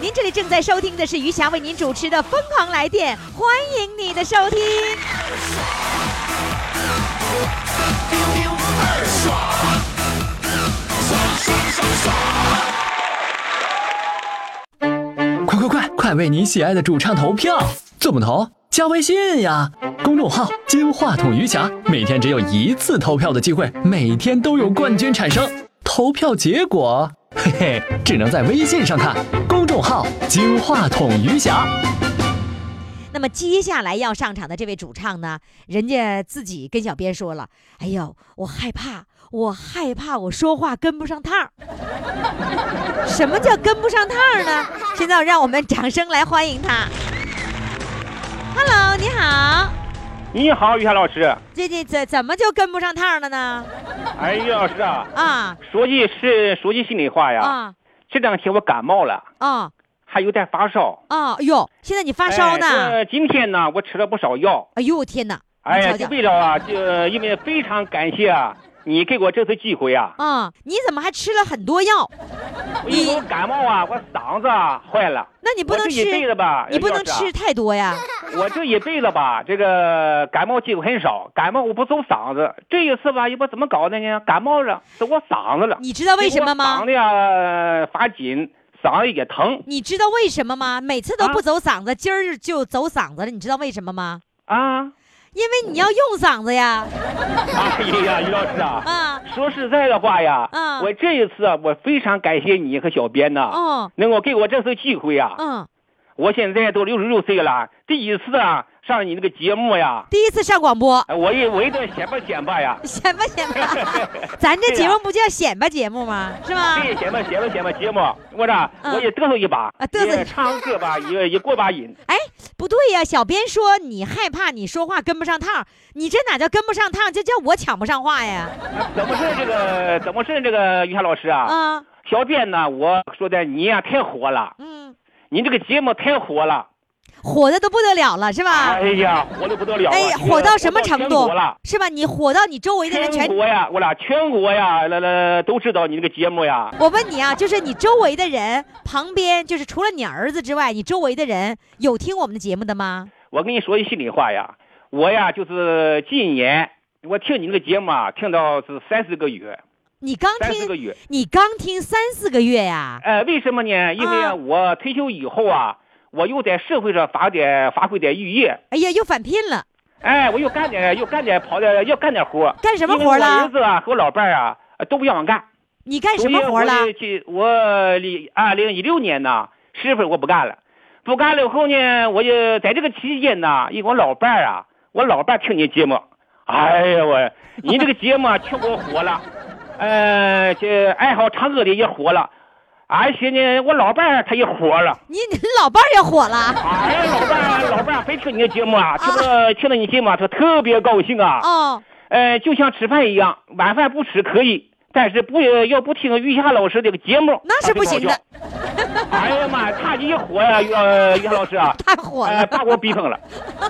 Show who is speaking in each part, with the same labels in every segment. Speaker 1: 您这里正在收听的是余霞为您主持的《疯狂来电》，欢迎你的收听。
Speaker 2: 快快快，快为你喜爱的主唱投票！怎么投？加微信呀，公众号“金话筒余霞”，每天只有一次投票的机会，每天都有冠军产生。投票结果，嘿嘿，只能在微信上看。公众号“金话筒余霞
Speaker 1: 那么接下来要上场的这位主唱呢，人家自己跟小编说了：“哎呦，我害怕，我害怕我说话跟不上趟儿。”什么叫跟不上趟儿呢？现在让我们掌声来欢迎他。Hello，你好，
Speaker 3: 你好，于霞老师。
Speaker 1: 最近怎怎么就跟不上趟儿了呢？
Speaker 3: 哎，于老师啊，
Speaker 1: 啊
Speaker 3: 说句是说句心里话呀，
Speaker 1: 啊
Speaker 3: 这两天我感冒了，
Speaker 1: 啊
Speaker 3: 还有点发烧。
Speaker 1: 啊！哎呦，现在你发烧呢？
Speaker 3: 哎、这今天呢，我吃了不少药。
Speaker 1: 哎呦天哪！
Speaker 3: 哎
Speaker 1: 你
Speaker 3: 呀，
Speaker 1: 瞧
Speaker 3: 就
Speaker 1: 瞧
Speaker 3: 为了啊，就因为非常感谢啊，你给我这次机会啊。
Speaker 1: 啊，你怎么还吃了很多药？
Speaker 3: 我因为我感冒啊，我嗓子啊坏了。
Speaker 1: 那你不
Speaker 3: 我
Speaker 1: 能
Speaker 3: 这一辈
Speaker 1: 吃，
Speaker 3: 子吧，
Speaker 1: 你不能
Speaker 3: 于老师
Speaker 1: 吃太 多呀。
Speaker 3: 啊。我这一辈子吧，这个感冒机会很少，感冒我不走嗓子。这一次吧，又不怎么搞的呢？感冒了，走我嗓子了。
Speaker 1: 你知道为什么吗
Speaker 3: 嗓？子呀发紧，嗓子也疼
Speaker 1: 你知道为什么吗？每次都
Speaker 3: 啊
Speaker 1: 不走嗓子，今儿就走嗓子了。你知道为什么吗？
Speaker 3: 啊！
Speaker 1: 因为你要用嗓子呀。
Speaker 3: 哎呀，于老师啊，
Speaker 1: 啊，
Speaker 3: 说实在的话呀，
Speaker 1: 嗯
Speaker 3: 我这一次啊，我非常感谢你和小编呐、
Speaker 1: 哦，
Speaker 3: 能够给我这次机会呀、
Speaker 1: 嗯，
Speaker 3: 我现在都六十六岁了，第一次啊上你那个节目呀，
Speaker 1: 第一次上广播，
Speaker 3: 哎我也我也得显摆显摆 呀，
Speaker 1: 显摆显 摆。咱这节目不叫显摆节目吗？是吗？
Speaker 3: 对，显摆显摆显摆节目，我这
Speaker 1: 嗯
Speaker 3: 我也嘚瑟一把，
Speaker 1: 啊嘚瑟
Speaker 3: 也唱歌吧，也也过把瘾。
Speaker 1: 哎，不对呀，小编说你害怕你说话跟不上趟儿，你这哪叫跟不上趟儿？这叫我抢不上话呀！
Speaker 3: 怎么是这个？怎么是这个于霞老师啊？
Speaker 1: 啊，
Speaker 3: 小编呢？我说的你呀、太火了，
Speaker 1: 嗯，
Speaker 3: 你这个节目太火了。
Speaker 1: 火的都不得了了，是吧？
Speaker 3: 哎呀，火的不得了啊！
Speaker 1: 啊哎，
Speaker 3: 这个
Speaker 1: 火到什么程
Speaker 3: 火到全
Speaker 1: 度
Speaker 3: 国了？？
Speaker 1: 是吧？你火到你周围的人
Speaker 3: 全
Speaker 1: 全……
Speaker 3: 国啊呀，我俩全国呀，来来都知道你那个节目呀。
Speaker 1: 我问你啊，就是你周围的人旁边，就是除了你儿子之外，你周围的人有听我们的节目的吗？
Speaker 3: 我跟你说句心里话呀，我呀就是今年我听你那个节目啊，听到是三四个月，
Speaker 1: 你刚
Speaker 3: 三四个
Speaker 1: 听，
Speaker 3: 月。
Speaker 1: 你刚听三四个月呀、
Speaker 3: 呃，为什么呢？因为
Speaker 1: 啊
Speaker 3: 啊我退休以后啊，我又在社会上发点发挥点余业，
Speaker 1: 哎呀，又返聘了，
Speaker 3: 哎，我又干点又干点跑点要干点活。
Speaker 1: 干什么活
Speaker 3: 因为我儿
Speaker 1: 了？
Speaker 3: 子啊和我老伴儿啊呃都不让我干。
Speaker 1: 你干什么活
Speaker 3: 所
Speaker 1: 了
Speaker 3: 以我？就去我零二零一六年呢，十月份我不干了，不干了以后呢，我就在这个期间呢，因为我老伴儿啊，我老伴儿听你节目，哎呀我，你这个节 目啊，全国火了，呃，这爱好唱歌的也火了，而且呢，我老伴儿他也火了，
Speaker 1: 你你老伴儿也火了？
Speaker 3: 哎呀，老伴儿老伴儿非听你的节目啊，听了听了你节目啊，他特别高兴啊，
Speaker 1: 哦，
Speaker 3: 呃，就像吃饭一样，晚饭不吃可以，但是不呃要不听于霞老师这个节目，
Speaker 1: 那是不行的。
Speaker 3: 哎呀妈，他一火呀、于呃于霞老师啊，
Speaker 1: 太 火
Speaker 3: 呃，
Speaker 1: 了，
Speaker 4: 哎
Speaker 3: 把我逼疯了，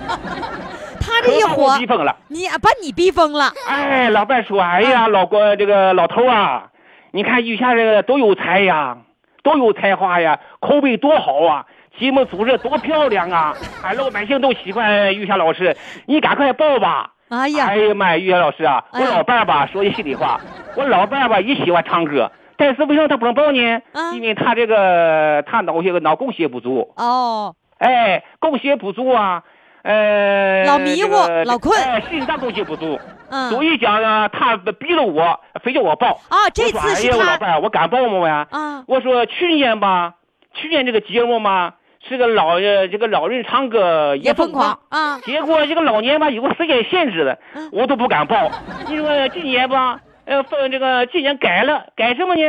Speaker 1: 他 这一
Speaker 3: 可把
Speaker 1: 火
Speaker 3: 我逼，疯了。
Speaker 1: 你把你逼疯了。
Speaker 3: 哎，老伴说，哎呀，老郭这个老头啊，你看于霞这个多有才呀，多有才华呀，口碑多好啊。节目组织多漂亮啊！ 哎，老百姓都喜欢于霞老师，你赶快报吧！
Speaker 1: 哎呀
Speaker 3: 哎，呀妈呀，于霞老师啊，我
Speaker 1: 哎呀
Speaker 3: 老伴儿吧，说句心里话，我老伴儿吧也喜欢唱歌，但是为啥他不能报呢？
Speaker 1: 啊
Speaker 3: 因为他这个他脑血脑供血不足，
Speaker 1: 哦，
Speaker 3: 哎，供血不足啊，呃，
Speaker 1: 老迷
Speaker 3: 这
Speaker 1: 糊
Speaker 3: 个
Speaker 1: 老困
Speaker 3: 哎，心脏供血不足，
Speaker 1: 嗯，
Speaker 3: 所以讲呢，他逼着我，非叫我报。
Speaker 1: 啊，这
Speaker 3: 我说
Speaker 1: 次是
Speaker 3: 哎呀，我
Speaker 1: 他
Speaker 3: 老伴儿，我敢报吗？我呀，
Speaker 1: 啊，
Speaker 3: 我说去年吧，去年这个节目嘛，是个老呃这个老人唱歌
Speaker 1: 也疯狂啊，
Speaker 3: 结果这个老年吧有个时间限制的
Speaker 1: 嗯，
Speaker 3: 我都不敢报。你说今年吧，呃，分这个今年改了，改什么呢？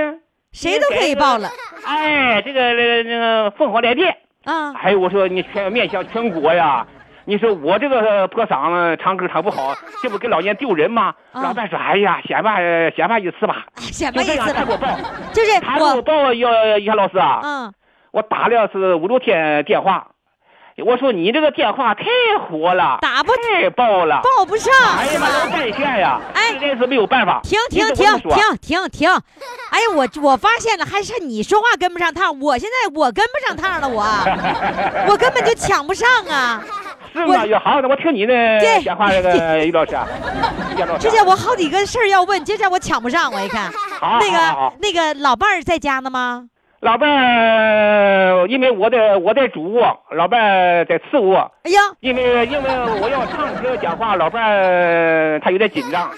Speaker 1: 谁都可以报了。
Speaker 5: 哎，这个那、个凤凰来电，
Speaker 1: 啊，
Speaker 5: 哎，我说你全面向全国呀，你说我这个破嗓子唱歌唱不 好，这不给老年丢人吗？
Speaker 1: 啊
Speaker 5: 老伴说，哎呀，先吧，先吧一次吧，
Speaker 1: 什
Speaker 5: 就
Speaker 1: 么
Speaker 5: 这
Speaker 1: 意
Speaker 5: 样
Speaker 1: 思
Speaker 5: 他给我
Speaker 1: 了？
Speaker 5: 报，
Speaker 1: 就是
Speaker 5: 他给我
Speaker 1: 哎我，
Speaker 5: 报要一下老师啊，
Speaker 1: 嗯，
Speaker 5: 我打了是五六天电话，我说你这个电话太火了，
Speaker 1: 打不
Speaker 5: 太爆了，
Speaker 1: 报不上
Speaker 5: 哎
Speaker 1: 是
Speaker 5: 呀妈
Speaker 1: 吧
Speaker 5: 呀，？占线呀，
Speaker 1: 哎
Speaker 5: 实在是没有办法。
Speaker 1: 停
Speaker 5: 你
Speaker 1: 停
Speaker 5: 怎么
Speaker 1: 停
Speaker 5: 这么
Speaker 4: 啊
Speaker 5: 说
Speaker 1: 停停停！哎呀，我我发现了，还是你说话跟不上趟，我现在我跟不上趟了，我我根本就抢不上啊！
Speaker 5: 是
Speaker 1: 我
Speaker 5: 吗？有好，那我听你的
Speaker 1: 对
Speaker 5: 讲话，这个于老师啊，于老师
Speaker 1: 之
Speaker 5: 啊，
Speaker 1: 前我好几个事儿要问，这下我抢不上，我一看
Speaker 5: 好
Speaker 1: 那
Speaker 5: 好好
Speaker 1: 个那个老伴儿在家呢吗？
Speaker 5: 老伴儿，因为我在我在主卧，老伴儿在次卧，
Speaker 1: 哎呀，
Speaker 5: 因为因为我要唱歌讲话，老伴儿他有点紧 张。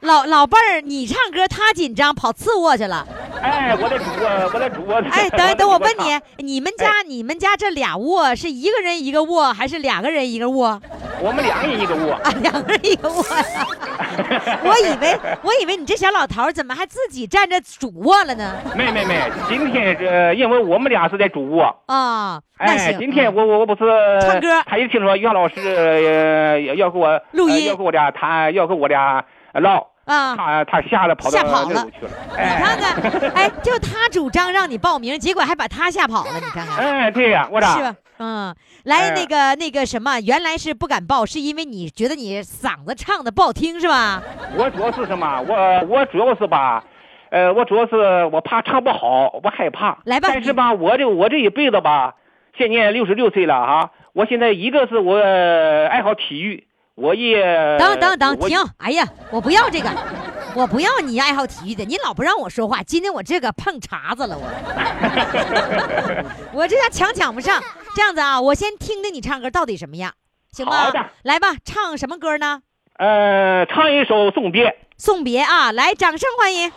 Speaker 1: 老老伴儿，你唱歌他紧张，跑次卧去 了。
Speaker 5: 哎，我在主卧，我在主卧。
Speaker 1: 哎，等等，我问你，你们家
Speaker 5: 哎
Speaker 1: 你们家这俩卧是一个人一个卧，还是两个人一个卧？
Speaker 5: 我们两个人一个卧。
Speaker 1: 啊，两个人一个卧 呀！我以为我以为你这小老头儿怎么还自己占着主卧了呢？
Speaker 5: 没没没，今天这因为我们俩是在主卧。
Speaker 1: 啊，那
Speaker 5: 哎，
Speaker 1: 行，
Speaker 5: 今天
Speaker 1: 嗯
Speaker 5: 我我我不是
Speaker 1: 唱歌
Speaker 5: 他一听说袁老师呃要要跟我
Speaker 1: 录
Speaker 5: 呃
Speaker 1: 音
Speaker 5: 要跟我俩谈，要跟我俩呃唠，
Speaker 1: 啊，
Speaker 5: 他他吓得跑
Speaker 1: 吓跑
Speaker 5: 到
Speaker 1: 了
Speaker 5: 那屋去了。
Speaker 1: 你看
Speaker 5: 哎
Speaker 1: 看， 哎，就他主张让你报名，结果还把他吓跑了，你看看。
Speaker 5: 哎，对呀，我
Speaker 1: 是
Speaker 5: 俩
Speaker 1: 吧？嗯，来
Speaker 5: 哎
Speaker 1: 那个那个什么，原来是不敢报，是因为你觉得你嗓子唱的不好听是吧？
Speaker 5: 我主要是什么？我我主要是吧。呃，我主要是我怕唱不好，我害怕。
Speaker 1: 来吧
Speaker 5: 但是吧，我这我这一辈子吧，现年六十六岁了啊。我现在一个是我呃爱好体育，我也
Speaker 1: 等等等，
Speaker 5: 呃我
Speaker 1: 停！哎呀，我不要这个，我不要你爱好体育的，你老不让我说话，今天我这个碰碴子了， 我，我这下抢抢不上。这样子啊，我先听听你唱歌到底什么样，行吗
Speaker 5: 好的？
Speaker 1: 来吧，唱什么歌呢？
Speaker 5: 呃，唱一首《送别》。
Speaker 1: 送别啊！来，掌声欢迎。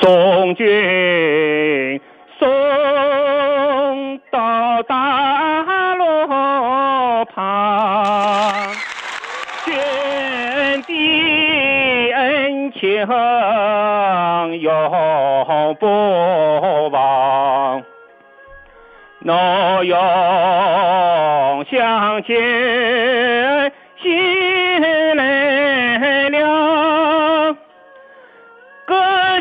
Speaker 5: 送君送到大路旁，君的恩情永不忘。奴永相见心来了。隔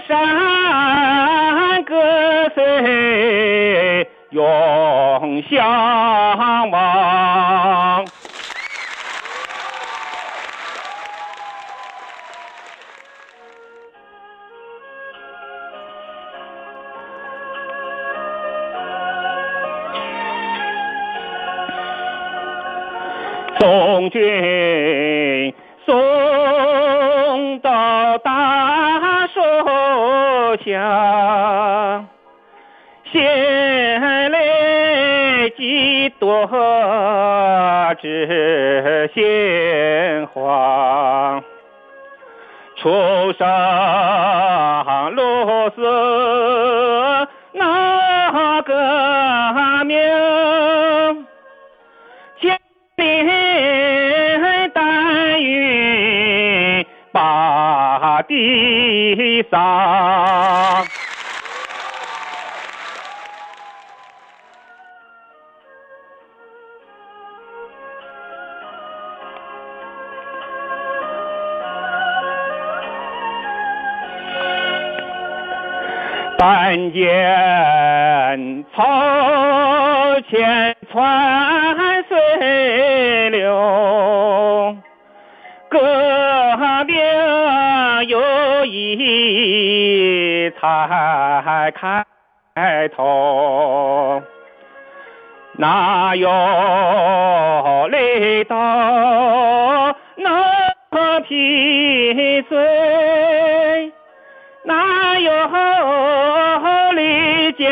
Speaker 5: 山隔水永相望。送君送到大树下，衔来几朵知县花。初上路是哪个名？千里单于把地上。但见草前穿水流，隔壁有一才开头，哪有泪到那皮碎？哪有利剑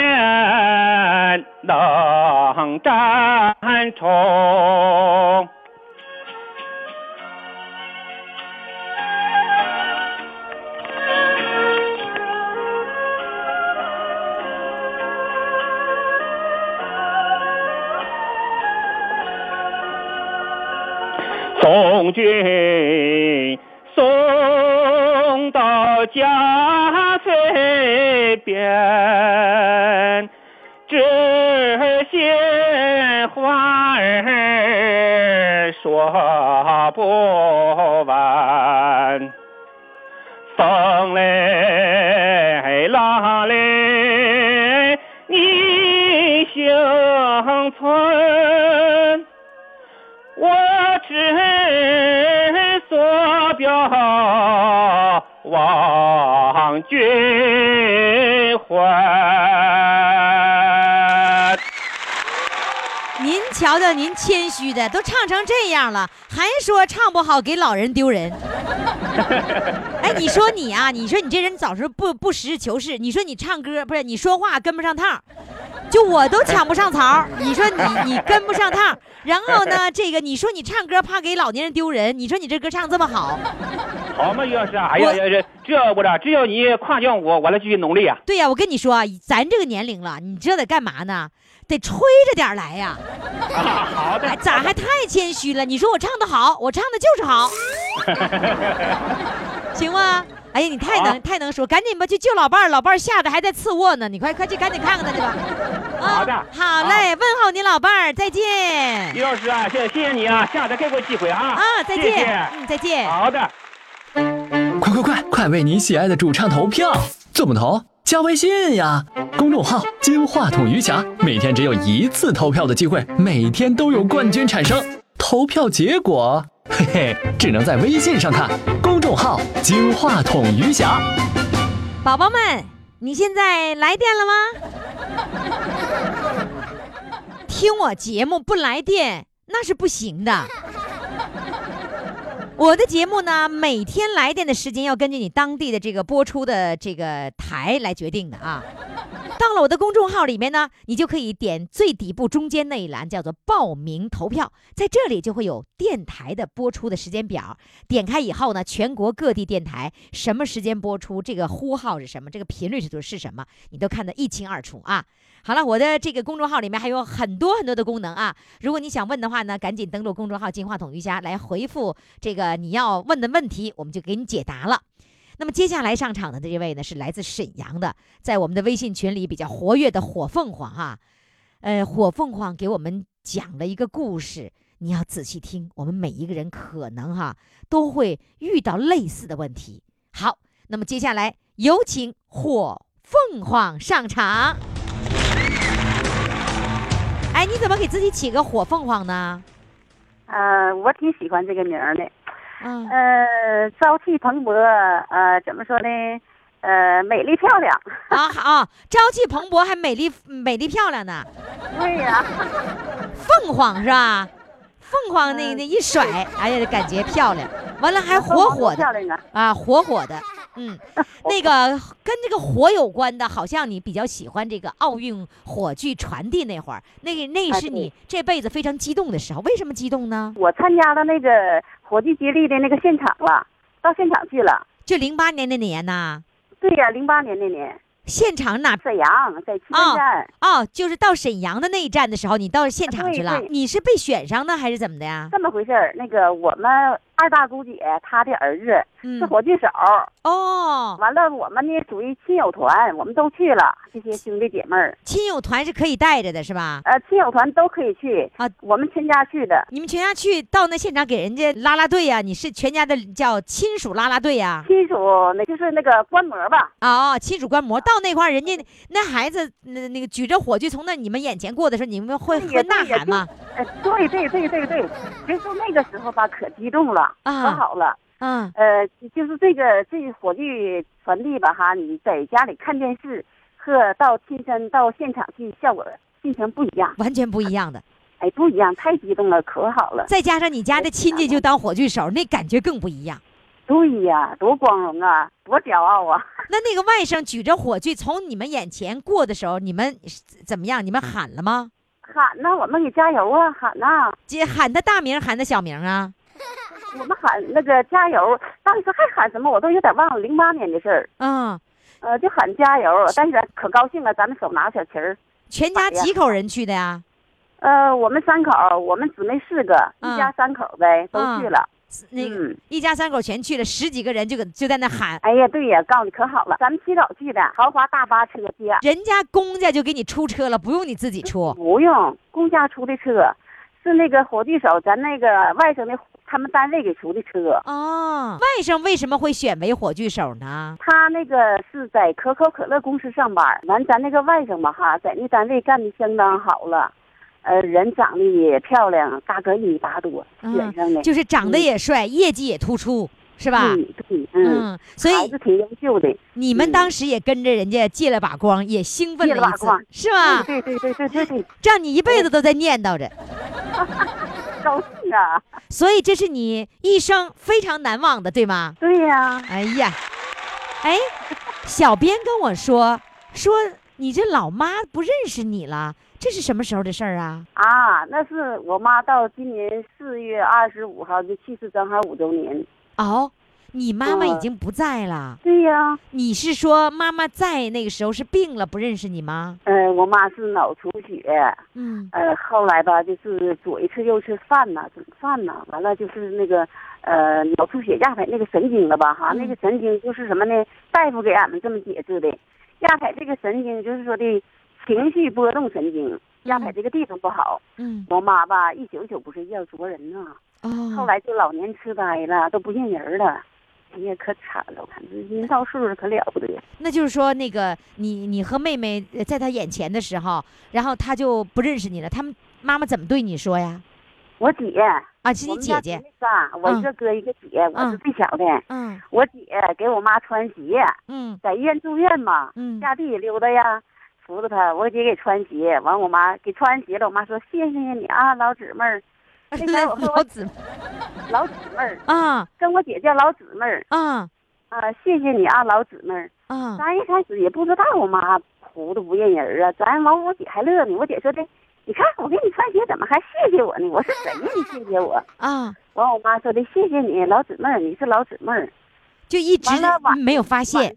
Speaker 5: 能战冲？
Speaker 3: 送君送到家这边，这些话儿说不完。风来浪来，你乡村，我只所表 望君 还。
Speaker 1: 您瞧瞧，您谦虚的都唱成这样了，还说唱不好给老人丢人。哎，你说你啊，你说你这人早是不不实事求是，你说你唱歌不是，你说话跟不上趟儿，就我都抢不上槽儿。你说你你跟不上趟儿，然后呢，这个你说你唱歌怕给老年人丢人，你说你这歌唱这么好，
Speaker 3: 好嘛，于老师啊，哎呀呀，这这我这只要你夸奖我，我来继续努力啊。
Speaker 1: 对呀、我跟你说啊，咱这个年龄了，你这得干嘛呢？得吹着点儿来呀、
Speaker 3: 啊好的
Speaker 1: 哎，，咋还太谦虚了？你说我唱的好，我唱的就是好，行吗？哎呀，你太能、
Speaker 3: 好啊
Speaker 1: 太能说，赶紧吧去救老伴儿，老伴儿吓得还在次卧呢，你快快去赶紧看看他去吧。
Speaker 3: 好的
Speaker 1: 好嘞，问候您老伴儿，再见
Speaker 3: 于老师啊，谢谢谢你啊，下次再给我机会啊。
Speaker 1: 啊，再见，
Speaker 3: 谢谢
Speaker 1: 嗯，再见。
Speaker 3: 好的。
Speaker 2: 快快快，快为你喜爱的主唱投票！怎么投？加微信呀，公众号“金话筒余霞”，每天只有一次投票的机会，每天都有冠军产生。投票结果，嘿嘿，只能在微信上看。公众号“金话筒余霞
Speaker 1: 宝宝们，你现在来电了吗？听我节目不来电那是不行的。我的节目呢，每天来电的时间要根据你当地的这个播出的这个台来决定的啊。到了我的公众号里面呢，你就可以点最底部中间那一栏，叫做报名投票，在这里就会有电台的播出的时间表。点开以后呢，全国各地电台什么时间播出，这个呼号是什么，这个频率是是什么，你都看得一清二楚啊。好了，我的这个公众号里面还有很多很多的功能啊。如果你想问的话呢，赶紧登录公众号“金话筒瑜伽”来回复这个你要问的问题，我们就给你解答了。那么接下来上场的这位呢，是来自沈阳的，在我们的微信群里比较活跃的火凤凰啊，呃，火凤凰给我们讲了一个故事，你要仔细听。我们每一个人可能哈、都会遇到类似的问题。好，那么接下来有请火凤凰上场。哎，你怎么给自己起个火凤凰呢？
Speaker 6: 呃，我挺喜欢这个名儿的，
Speaker 1: 嗯，
Speaker 6: 呃，朝气蓬勃，呃，怎么说呢？呃，美丽漂亮，
Speaker 1: 啊好啊，朝气蓬勃，还美丽美丽漂亮呢，
Speaker 6: 对呀、
Speaker 1: 凤凰是吧？凤凰那那一甩，哎呀，感觉漂亮。完了还火火的
Speaker 6: 漂亮啊！
Speaker 1: 啊，火火 的，嗯，那个跟这个火有关的，好像你比较喜欢这个奥运火炬传递那会儿，那个那
Speaker 6: 啊
Speaker 1: 是
Speaker 6: 对
Speaker 1: 你这辈子非常激动的时候。为什么激动呢？
Speaker 6: 我参加了那个火炬接力的那个现场了，到现场去了。
Speaker 1: 就零八年那年呐、
Speaker 6: 对呀、零八年那年，
Speaker 1: 现场哪
Speaker 6: 沈阳在七山
Speaker 1: 啊
Speaker 6: 站，
Speaker 1: 哦，就是到沈阳的那一站的时候，你到现场去了
Speaker 6: 啊对，对
Speaker 1: 你是被选上的还是怎么的呀？
Speaker 6: 这么回事儿。那个我们二大姑姐她的儿子
Speaker 1: 嗯
Speaker 6: 是，火炬手，
Speaker 1: 哦，
Speaker 6: 完了我们呢属于亲友团，我们都去了，这些兄弟姐妹儿，
Speaker 1: 亲友团是可以带着的，是吧？
Speaker 6: 呃，亲友团都可以去
Speaker 1: 啊
Speaker 6: 我们全家去的。
Speaker 1: 你们全家去到那现场给人家拉拉队呀、你是全家的叫亲属拉拉队啊呀、
Speaker 6: 亲属那就是那个观摩吧，
Speaker 1: 啊、哦，亲属观摩到那块儿，人家那孩子那那个举着火炬从那你们眼前过的时候，你们会
Speaker 6: 对
Speaker 1: 会
Speaker 6: 呀
Speaker 1: 呐
Speaker 6: 对呀
Speaker 1: 喊吗？
Speaker 6: 哎，对对对对对，就是那个时候吧，可激动了，
Speaker 1: 啊
Speaker 6: 可好了，
Speaker 1: 嗯，
Speaker 6: 呃，就是这个这火炬传递吧哈，你在家里看电视和到亲身到现场去效果心情不一样，
Speaker 1: 完全不一样的。
Speaker 6: 哎，不一样，太激动了，可好了，
Speaker 1: 再加上你家的亲戚就当火炬手，那感觉更不一样。
Speaker 6: 对呀，多光荣啊，多骄傲啊，
Speaker 1: 那那个外甥举着火炬从你们眼前过的时候，你们是怎么样？你们喊了吗？
Speaker 6: 喊呐，我们给加油啊，喊呐，
Speaker 1: 这喊他大名，喊他小名啊？
Speaker 6: 我们喊那个加油，当时还喊什么我都有点忘了，零八年的事儿，
Speaker 1: 嗯，
Speaker 6: 呃，就喊加油，但是咱可高兴啊了，咱们手拿小旗儿。
Speaker 1: 全家
Speaker 6: 哎呀
Speaker 1: 几口人去的呀？
Speaker 6: 呃，我们三口儿，我们姊妹四个，
Speaker 1: 嗯
Speaker 6: 一家三口儿呗，都去了。
Speaker 1: 那个、
Speaker 6: 嗯
Speaker 1: 一家三口全去了，十几个人就搁就在那喊，
Speaker 6: 哎呀，对呀，告诉你可好了，咱们提早去的，豪华大巴车接俺，
Speaker 1: 人家公家就给你出车了，不用你自己出。
Speaker 6: 不用公家出的车，是那个火炬手咱那个外甥的他们单位给出的车。
Speaker 1: 哦，外甥为什么会选为火炬手呢？
Speaker 6: 他那个是在可口可乐公司上班，完咱那个外甥吧哈，在那单位干的相当好了，呃，人长得也漂亮，大个一米八多，
Speaker 1: 嗯
Speaker 6: 脸上的，
Speaker 1: 就是长得也帅，业绩也突出，是吧？
Speaker 6: 嗯对嗯，
Speaker 1: 所
Speaker 6: 孩
Speaker 1: 以
Speaker 6: 子挺优秀的，
Speaker 1: 你们
Speaker 6: 嗯
Speaker 1: 当时也跟着人家借了把光，也兴奋
Speaker 6: 借了
Speaker 1: 了一
Speaker 6: 把
Speaker 1: 次
Speaker 6: 光，嗯
Speaker 1: 是吧？
Speaker 6: 对对对对对对，
Speaker 1: 让你一辈子都在念叨着，
Speaker 6: 高兴啊，
Speaker 1: 所以这是你一生非常难忘的，对吗？
Speaker 6: 对呀、
Speaker 1: 哎呀，哎，小编跟我说说你这老妈不认识你了，这是什么时候的事儿啊？
Speaker 6: 啊，那是我妈到今年四月二十五号就去世，正好五周年。
Speaker 1: 哦，你妈妈已
Speaker 6: 嗯
Speaker 1: 经不在了，
Speaker 6: 对呀、
Speaker 1: 你是说妈妈在那个时候是病了不认识你吗？
Speaker 6: 嗯、我妈是脑出血，
Speaker 1: 嗯，
Speaker 6: 呃，后来吧，就是左一次右一次犯呐，怎么犯呐？完了就是那个，呃，脑出血压迫那个神经了吧？哈，那个神经就是什么呢？大夫给俺们这么解释的，压迫这个神经就是说的情绪波动神经，压迫这个地方不好。
Speaker 1: 嗯
Speaker 6: 我妈吧，一宿一宿不睡觉，啄人呐、
Speaker 1: 哦，
Speaker 6: 后来就老年痴呆了，都不认人了。哎呀，可惨了！我看这人到岁数了可了不得。
Speaker 1: 那就是说，那个你你和妹妹呃在她眼前的时候，然后她就不认识你了。他们妈妈怎么对你说呀？
Speaker 6: 我姐，
Speaker 1: 啊，是
Speaker 6: 我
Speaker 1: 你
Speaker 6: 们家
Speaker 1: 姐嗯姐
Speaker 6: 姊。妹仨，我一个哥一个姐，我是最小的。
Speaker 1: 嗯
Speaker 6: 我姐给我妈穿鞋，
Speaker 1: 嗯
Speaker 6: 在医院住院嘛，
Speaker 1: 嗯
Speaker 6: 下地溜达呀，扶着她。我姐给穿鞋，完我妈给穿完鞋了，我妈说谢谢你啊，老姊妹儿。那天我和
Speaker 1: 老
Speaker 6: 我
Speaker 1: 姊妹
Speaker 6: 老姊妹儿
Speaker 1: 啊
Speaker 6: 跟我姐叫老姊妹儿
Speaker 1: 啊
Speaker 6: 啊，谢谢你啊，老姊妹儿。
Speaker 1: 啊！
Speaker 6: 咱一开始也不知道我妈糊的不认人儿啊，咱完我姐还乐呢，我姐说的，你看我给你穿鞋怎么还谢谢我呢？我是谁呀？你谢谢我？
Speaker 1: 啊，
Speaker 6: 完我妈说的谢谢你，老姊妹儿，你是老姊妹儿。
Speaker 1: 就一直
Speaker 6: 完了晚
Speaker 1: 没有发
Speaker 6: 晚
Speaker 1: 现
Speaker 6: 上。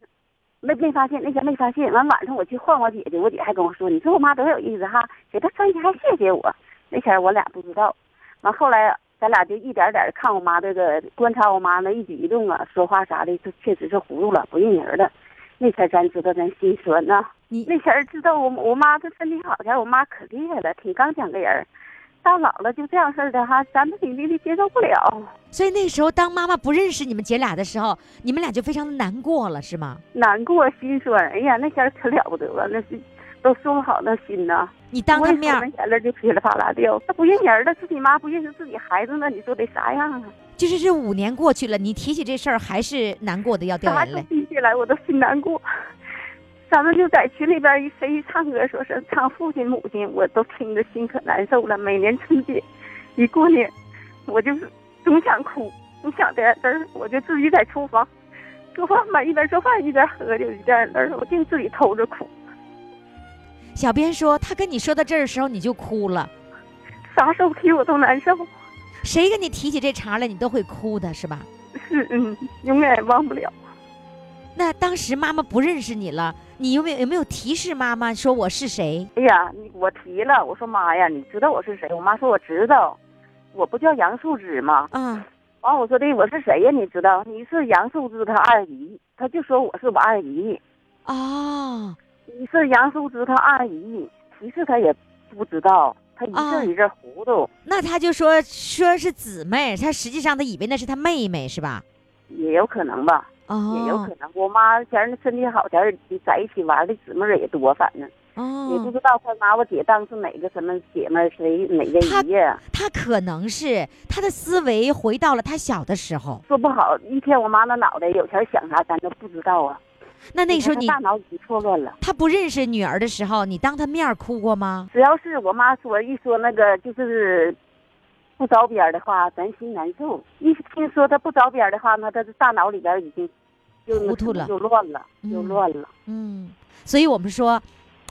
Speaker 6: 没没发现，那天没发现。完晚上我去换我姐姐，我姐还跟我说，你说我妈多有意思哈，给她穿鞋还谢谢我。那前儿我俩不知道，完后来咱俩就一点点儿看我妈这个观察我妈那一举一动啊，说话啥的，就确实是糊涂了，不认人了。那前儿咱知道咱心酸呐、
Speaker 1: 你
Speaker 6: 那前儿知道我我妈这身体好前儿，我妈可厉害了，挺刚强个人儿。到老了就这样事儿的哈，咱们肯定的接受不了，
Speaker 1: 所以那时候，当妈妈不认识你们姐俩的时候，你们俩就非常难过了，是吗？
Speaker 6: 难过心酸。哎呀，那前儿可了不得了，那是都说不好那心呐、
Speaker 1: 你当
Speaker 6: 我
Speaker 1: 着
Speaker 6: 也
Speaker 1: 面
Speaker 6: 那
Speaker 1: 儿，
Speaker 6: 眼泪就噼里啪啦掉。他不认人儿了，自己妈不认识自己孩子呢，你说得啥样啊？
Speaker 1: 就是这五年过去了，你提起这事儿还是难过的要掉
Speaker 6: 啥
Speaker 1: 眼
Speaker 6: 都
Speaker 1: 泪。
Speaker 6: 提起来我都心难过。咱们就在群里边一谁一唱歌，说是唱父亲母亲，我都听着心可难受了。每年春节一过年，我就是总想哭，总想掉眼泪儿，我就自己在厨房做饭吧，一边做饭一边喝就一点眼泪儿，我净自己偷着哭。
Speaker 1: 小编说，他跟你说到这儿的时候，你就哭了。
Speaker 6: 啥时候提我都难受，
Speaker 1: 谁跟你提起这茬儿来，你都会哭的，是吧？
Speaker 6: 是嗯，永远也忘不了。
Speaker 1: 那当时妈妈不认识你了，你有没有有没有提示妈妈说我是谁？
Speaker 6: 哎呀，你我提了，我说妈呀，你知道我是谁？我妈说我知道，我不叫杨树枝吗？
Speaker 1: 啊
Speaker 6: 完我说的我是谁呀？你知道你是杨树枝她二姨，她就说我是我二姨，
Speaker 1: 哦，
Speaker 6: 你是杨树枝她二姨，其实她也不知道，她一
Speaker 1: 哦
Speaker 6: 阵儿一阵儿糊涂，
Speaker 1: 那他就说说是姊妹，他实际上他以为那是他妹妹是吧？
Speaker 6: 也有可能吧，
Speaker 1: 哦，
Speaker 6: 也有可能。我妈前儿身体好前儿在一起玩的姊妹儿也多，反正也不
Speaker 1: 哦，
Speaker 6: 知道她拿我姐当是哪个什么姐妹儿，谁哪个
Speaker 1: 她
Speaker 6: 姨呀。
Speaker 1: 他可能是他的思维回到了他小的时候。
Speaker 6: 说不好，一天我妈那脑袋有钱想啥，咱都不知道啊。
Speaker 1: 那那时候
Speaker 6: 她
Speaker 1: 你
Speaker 6: 大脑已经错乱了。
Speaker 1: 他不认识女儿的时候，你当他面儿哭过吗？
Speaker 6: 只要是我妈说一说那个就是不着边儿的话，咱心难受。一听说她不着边儿的话，那她这大脑里边已经就
Speaker 1: 糊涂了
Speaker 6: 就乱了，就
Speaker 1: 嗯
Speaker 6: 乱了。
Speaker 1: 嗯，所以我们说，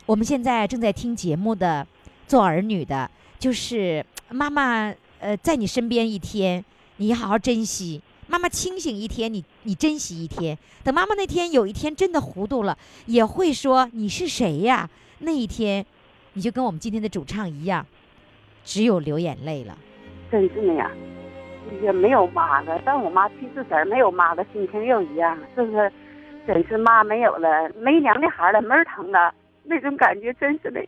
Speaker 1: 我们现在正在听节目的做儿女的，就是妈妈呃在你身边一天，你好好珍惜；妈妈清醒一天，你你珍惜一天。等妈妈那天有一天真的糊涂了，也会说你是谁呀？那一天，你就跟我们今天的主唱一样，只有流眼泪了。
Speaker 6: 真是那样。
Speaker 7: 也没有妈了，但我妈去自个儿没有妈了，心情又一样了，是不是？真是妈没有了，没娘的孩儿了，没人疼了，那种感觉真是那，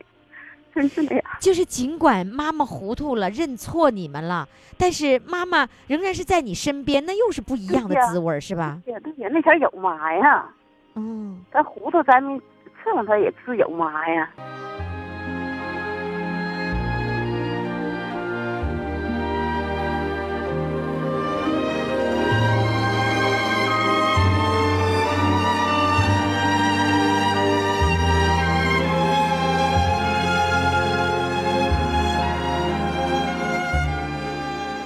Speaker 7: 真是那样。
Speaker 1: 就是尽管妈妈糊涂了，认错你们了，但是妈妈仍然是在你身边，那又是不一样的
Speaker 7: 对呀
Speaker 1: 滋味儿，是吧？
Speaker 7: 对呀，那前儿有妈呀，
Speaker 1: 嗯，
Speaker 7: 咱糊涂，咱们伺候他也是有妈呀。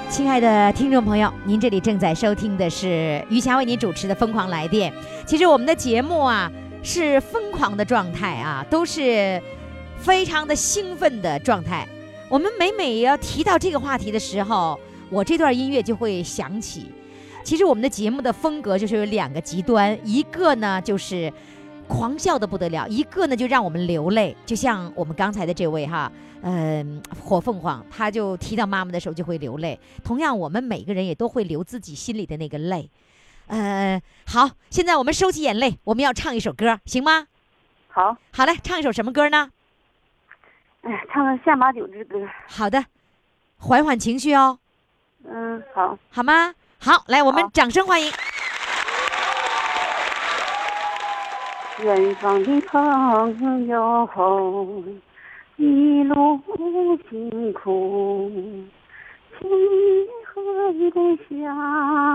Speaker 1: 亲爱的听众朋友，您这里正在收听的是余霞为您主持的《疯狂来电》。其实我们的节目啊是疯狂的状态啊，都是非常的兴奋的状态。我们每每要提到这个话题的时候，我这段音乐就会响起。其实我们的节目的风格就是有两个极端，一个呢就是狂笑的不得了，一个呢就让我们流泪。就像我们刚才的这位哈，嗯、火凤凰，他就提到妈妈的时候就会流泪。同样，我们每个人也都会流自己心里的那个泪。呃，好，现在我们收起眼泪，我们要唱一首歌，行吗？
Speaker 7: 好，
Speaker 1: 好嘞，唱一首什么歌呢？
Speaker 7: 哎，唱唱下马酒之歌。
Speaker 1: 好的，缓缓情绪哦，
Speaker 7: 嗯，好。
Speaker 1: 好吗？好，来，我们
Speaker 7: 好
Speaker 1: 掌声欢迎。
Speaker 7: 远方的朋友，一路辛苦，请你喝一杯下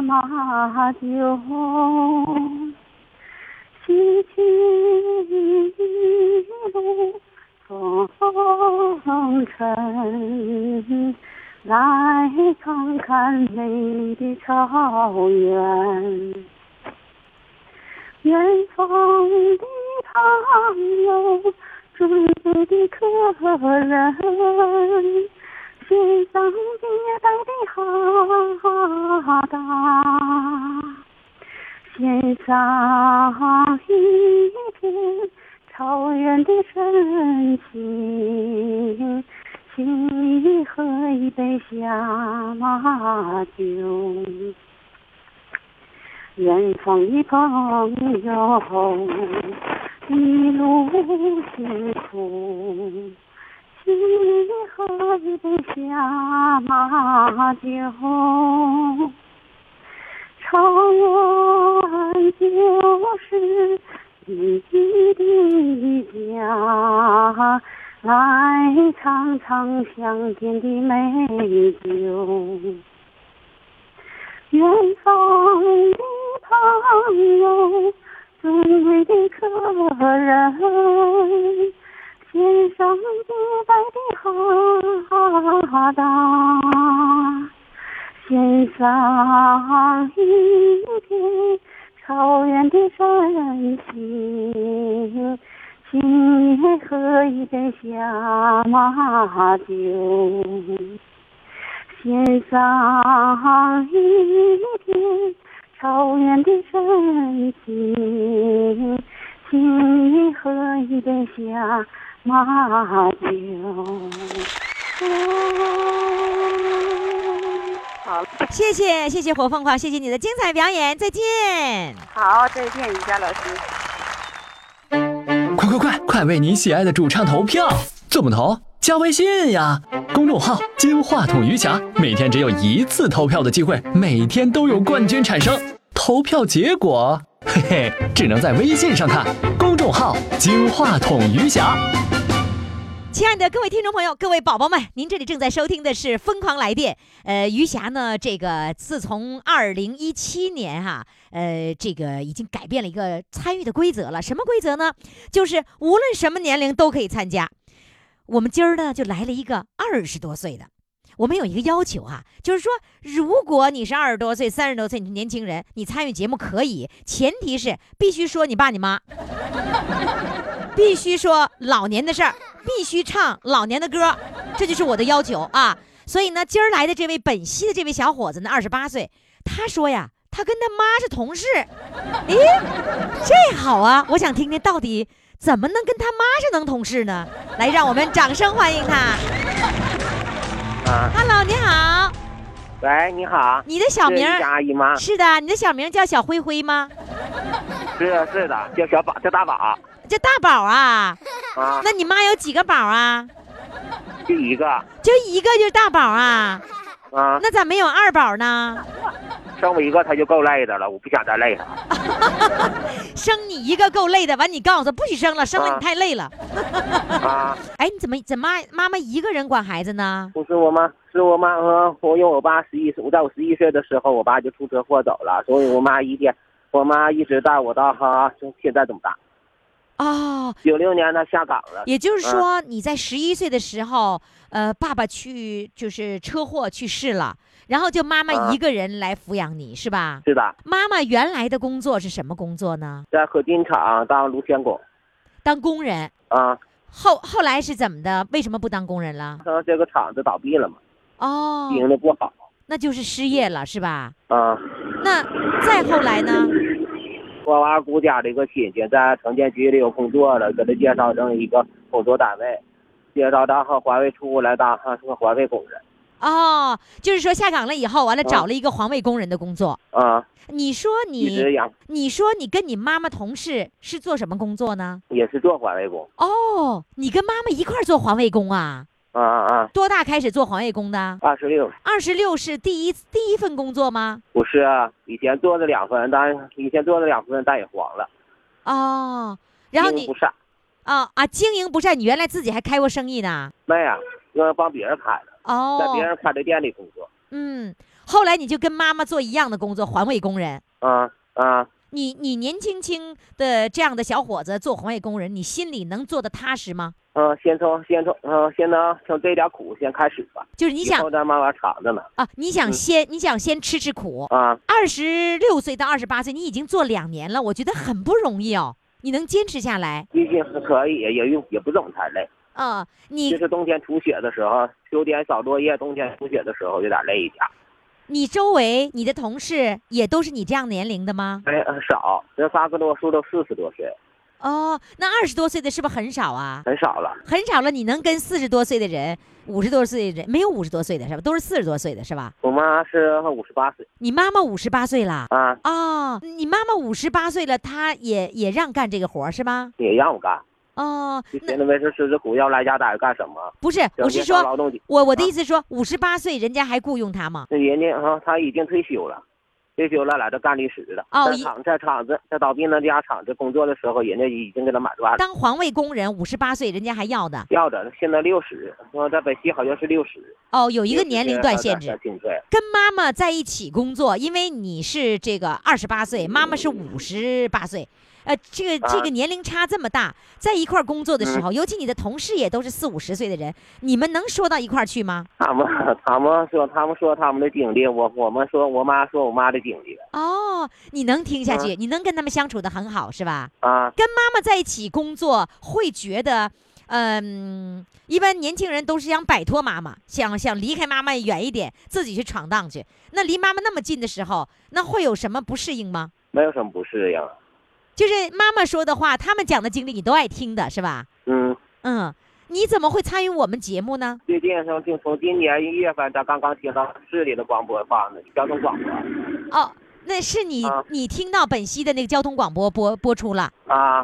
Speaker 7: 马酒，洗去一路风尘，来看看美丽的草原。远方的朋友，追逐的客人，欣赏迭代的哈达，欣赏一片草原的深情，请你喝一杯下马酒。远方的朋友，一路辛苦，请你喝一杯下马酒。长安就是你的家，来尝尝乡间的美酒。远方的朋友，尊贵的客人，献上洁白的哈达，献上一片草原的深情，请你喝一杯下马酒。天上一片草原的深情，请你喝一杯下马酒。好，
Speaker 1: 谢谢，谢谢火凤凰，谢谢你的精彩表演，再见。
Speaker 7: 好，再见，于佳老师。
Speaker 2: 快快快，快为你喜爱的主唱投票！怎么投？加微信呀，公众号“金话筒余霞”，每天只有一次投票的机会，每天都有冠军产生。投票结果，嘿嘿，只能在微信上看。公众号“金话筒余霞”。
Speaker 1: 亲爱的各位听众朋友，各位宝宝们，您这里正在收听的是《疯狂来电》。呃，余霞呢，这个自从二零一七年哈、呃，这个已经改变了一个参与的规则了。什么规则呢？就是无论什么年龄都可以参加。我们今儿呢，就来了一个二十多岁的。我们有一个要求哈、就是说，如果你是二十多岁、三十多岁，你是年轻人，你参与节目可以，前提是必须说你爸你妈。必须说老年的事儿，必须唱老年的歌，这就是我的要求啊。所以呢，今儿来的这位本溪的这位小伙子呢，二十八岁，他说呀，他跟他妈是同事，咦，这好啊！我想听听到底怎么能跟他妈是能同事呢？来，让我们掌声欢迎他。
Speaker 8: 啊，
Speaker 1: Hello，你好，
Speaker 4: 喂，你好，
Speaker 1: 你的小
Speaker 4: 是丽
Speaker 1: 名儿
Speaker 4: 霞阿姨吗？
Speaker 1: 是的，你的小名叫小灰灰吗？
Speaker 4: 是的，是的，叫小宝，叫大宝
Speaker 1: 叫大宝啊？
Speaker 4: 啊，
Speaker 1: 那你妈有几个宝啊？
Speaker 4: 就一个
Speaker 1: 就一个就是大宝啊？
Speaker 4: 啊，
Speaker 1: 那咋没有二宝呢？
Speaker 4: 生我一个他就够累的了，我不想再累了。
Speaker 1: 生你一个够累的，完你告诉他不许生了，生了
Speaker 4: 啊
Speaker 1: 你太累了。
Speaker 4: 啊，
Speaker 1: 哎，你怎么怎么妈妈妈一个人管孩子呢？
Speaker 4: 不是我妈，是我妈，嗯，我因为我爸十一岁，我在我十一岁的时候，我爸就出车祸走了，所以我妈一天，我妈一直带我到哈，就现在这么大。啊
Speaker 1: 哦，
Speaker 4: 九六年他下岗了，
Speaker 1: 也就是
Speaker 4: 啊
Speaker 1: 说你在十一岁的时候，呃，爸爸去就是车祸去世了，然后就妈妈
Speaker 4: 啊
Speaker 1: 一个人来抚养你是吧？
Speaker 4: 是的，
Speaker 1: 妈妈原来的工作是什么工作呢？
Speaker 4: 在合金厂当螺旋工
Speaker 1: 当工人。
Speaker 4: 啊，
Speaker 1: 后后来是怎么的？为什么不当工人了？
Speaker 4: 当时这个厂子倒闭了嘛，
Speaker 1: 哦，
Speaker 4: 经营的不好
Speaker 1: 那就是失业了是吧？
Speaker 4: 啊。
Speaker 1: 那再后来呢？
Speaker 4: 我二姑家的一个亲戚在城建局里有工作了，给他介绍成一个工作单位，介绍到环卫处来当个环卫工人
Speaker 1: 哦，就是说下岗了以后，完了
Speaker 4: 啊
Speaker 1: 找了一个环卫工人的工作。
Speaker 4: 啊，
Speaker 1: 你说
Speaker 4: 一直
Speaker 1: 你，
Speaker 4: 养
Speaker 1: 你说你跟你妈妈同事是做什么工作呢？
Speaker 4: 也是做环卫工
Speaker 1: 哦，你跟妈妈一块儿做环卫工啊？
Speaker 4: 啊啊啊，
Speaker 1: 多大开始做环卫工的？
Speaker 4: 二十六，
Speaker 1: 二十六是第一第一份工作吗？
Speaker 4: 不是啊，以前做了两份，但以前做了两份，但也黄了，
Speaker 1: 哦，然后
Speaker 4: 经营
Speaker 1: 你
Speaker 4: 不善，
Speaker 1: 啊啊，经营不善，你原来自己还开过生意呢？
Speaker 4: 那样啊因为帮别人开的，
Speaker 1: 哦，
Speaker 4: 在别人开的店里工作
Speaker 1: 嗯，后来你就跟妈妈做一样的工作，环卫工人。
Speaker 4: 啊啊，
Speaker 1: 你你年轻轻的这样的小伙子做环卫工人，你心里能做的踏实吗？
Speaker 4: 嗯、先从先从嗯、先能从这点苦先开始吧，
Speaker 1: 就是你
Speaker 4: 以
Speaker 1: 想
Speaker 4: 后再慢慢尝着呢
Speaker 1: 啊，你想
Speaker 4: 嗯
Speaker 1: 先、你想先吃吃苦。
Speaker 4: 啊，
Speaker 1: 二十六岁到二十八岁，你已经做两年了，我觉得很不容易哦。你能坚持下来，
Speaker 4: 毕竟是可以，也用也不怎么太累。
Speaker 1: 啊，
Speaker 4: 就
Speaker 1: 你
Speaker 4: 是冬天除雪的时候，秋天扫落叶，冬天除雪的时候有点累一点。
Speaker 1: 你周围你的同事也都是你这样年龄的吗？
Speaker 4: 哎，呃少，人仨跟我说都四十多岁，
Speaker 1: 哦，那二十多岁的是不是很少啊？
Speaker 4: 很少了。
Speaker 1: 很少了，你能跟四十多岁的人、五十多岁的人，没有五十多岁的是吧？都是四十多岁的是吧？
Speaker 4: 我妈是五十八岁
Speaker 1: 你妈妈五十八岁了
Speaker 4: 啊，
Speaker 1: 哦，你妈妈五十八岁了，她也也让干这个活儿是吧？
Speaker 4: 也让我干，
Speaker 1: 哦，
Speaker 4: 就
Speaker 1: 那
Speaker 4: 寻思没事吃吃苦，要来家待着干什么？
Speaker 1: 不是，
Speaker 4: 整
Speaker 1: 我
Speaker 4: 天
Speaker 1: 是
Speaker 4: 上
Speaker 1: 说，
Speaker 4: 劳动节，
Speaker 1: 我我的
Speaker 4: 啊
Speaker 1: 意思是说，五十八岁人家还雇佣她吗？
Speaker 4: 那人家啊，她已经退休了，退休了来这干历史了。
Speaker 1: 哦
Speaker 4: 在
Speaker 1: 一
Speaker 4: 厂在厂子在倒闭那家厂子工作的时候，人家已经给她买断了，
Speaker 1: 当环卫工人，五十八岁人家还要的
Speaker 4: 要着呢。现在六十，说在北西好像是六十，
Speaker 1: 哦，有一个
Speaker 4: 60
Speaker 1: 年龄
Speaker 4: 是
Speaker 1: 段
Speaker 4: 她
Speaker 1: 限
Speaker 4: 的
Speaker 1: 制。
Speaker 4: 薪水
Speaker 1: 跟妈妈在一起工作，因为你是这个二十八岁，妈妈是五十八岁，呃，这个这个
Speaker 4: 啊嗯
Speaker 1: 年龄差这么大，在一块儿工作的时候，尤其你的同事也都是四五十岁的人，你们能说到一块儿去吗？
Speaker 4: 他们他们说他们说他们的经历，我我们说我妈说我妈的经历
Speaker 1: 哦，你能听下
Speaker 4: 啊
Speaker 1: 去，你能跟他们相处的很好，是吧？
Speaker 4: 啊，
Speaker 1: 跟妈妈在一起工作，会觉得，嗯，一般年轻人都是想摆脱妈妈，想想离开妈妈远一点，自己去闯荡去。那离妈妈那么近的时候，那会有什么不适应吗？
Speaker 4: 没有什么不适应。
Speaker 1: 就是妈妈说的话，他们讲的经历，你都爱听的是吧？
Speaker 4: 嗯，
Speaker 1: 嗯，你怎么会参与我们节目呢？
Speaker 4: 最近从就从今年一月份，咱刚刚听到市里的广播放的交通广播
Speaker 1: 哦，那是你、
Speaker 4: 啊
Speaker 1: 你听到本溪的那个交通广播播播出了，
Speaker 4: 啊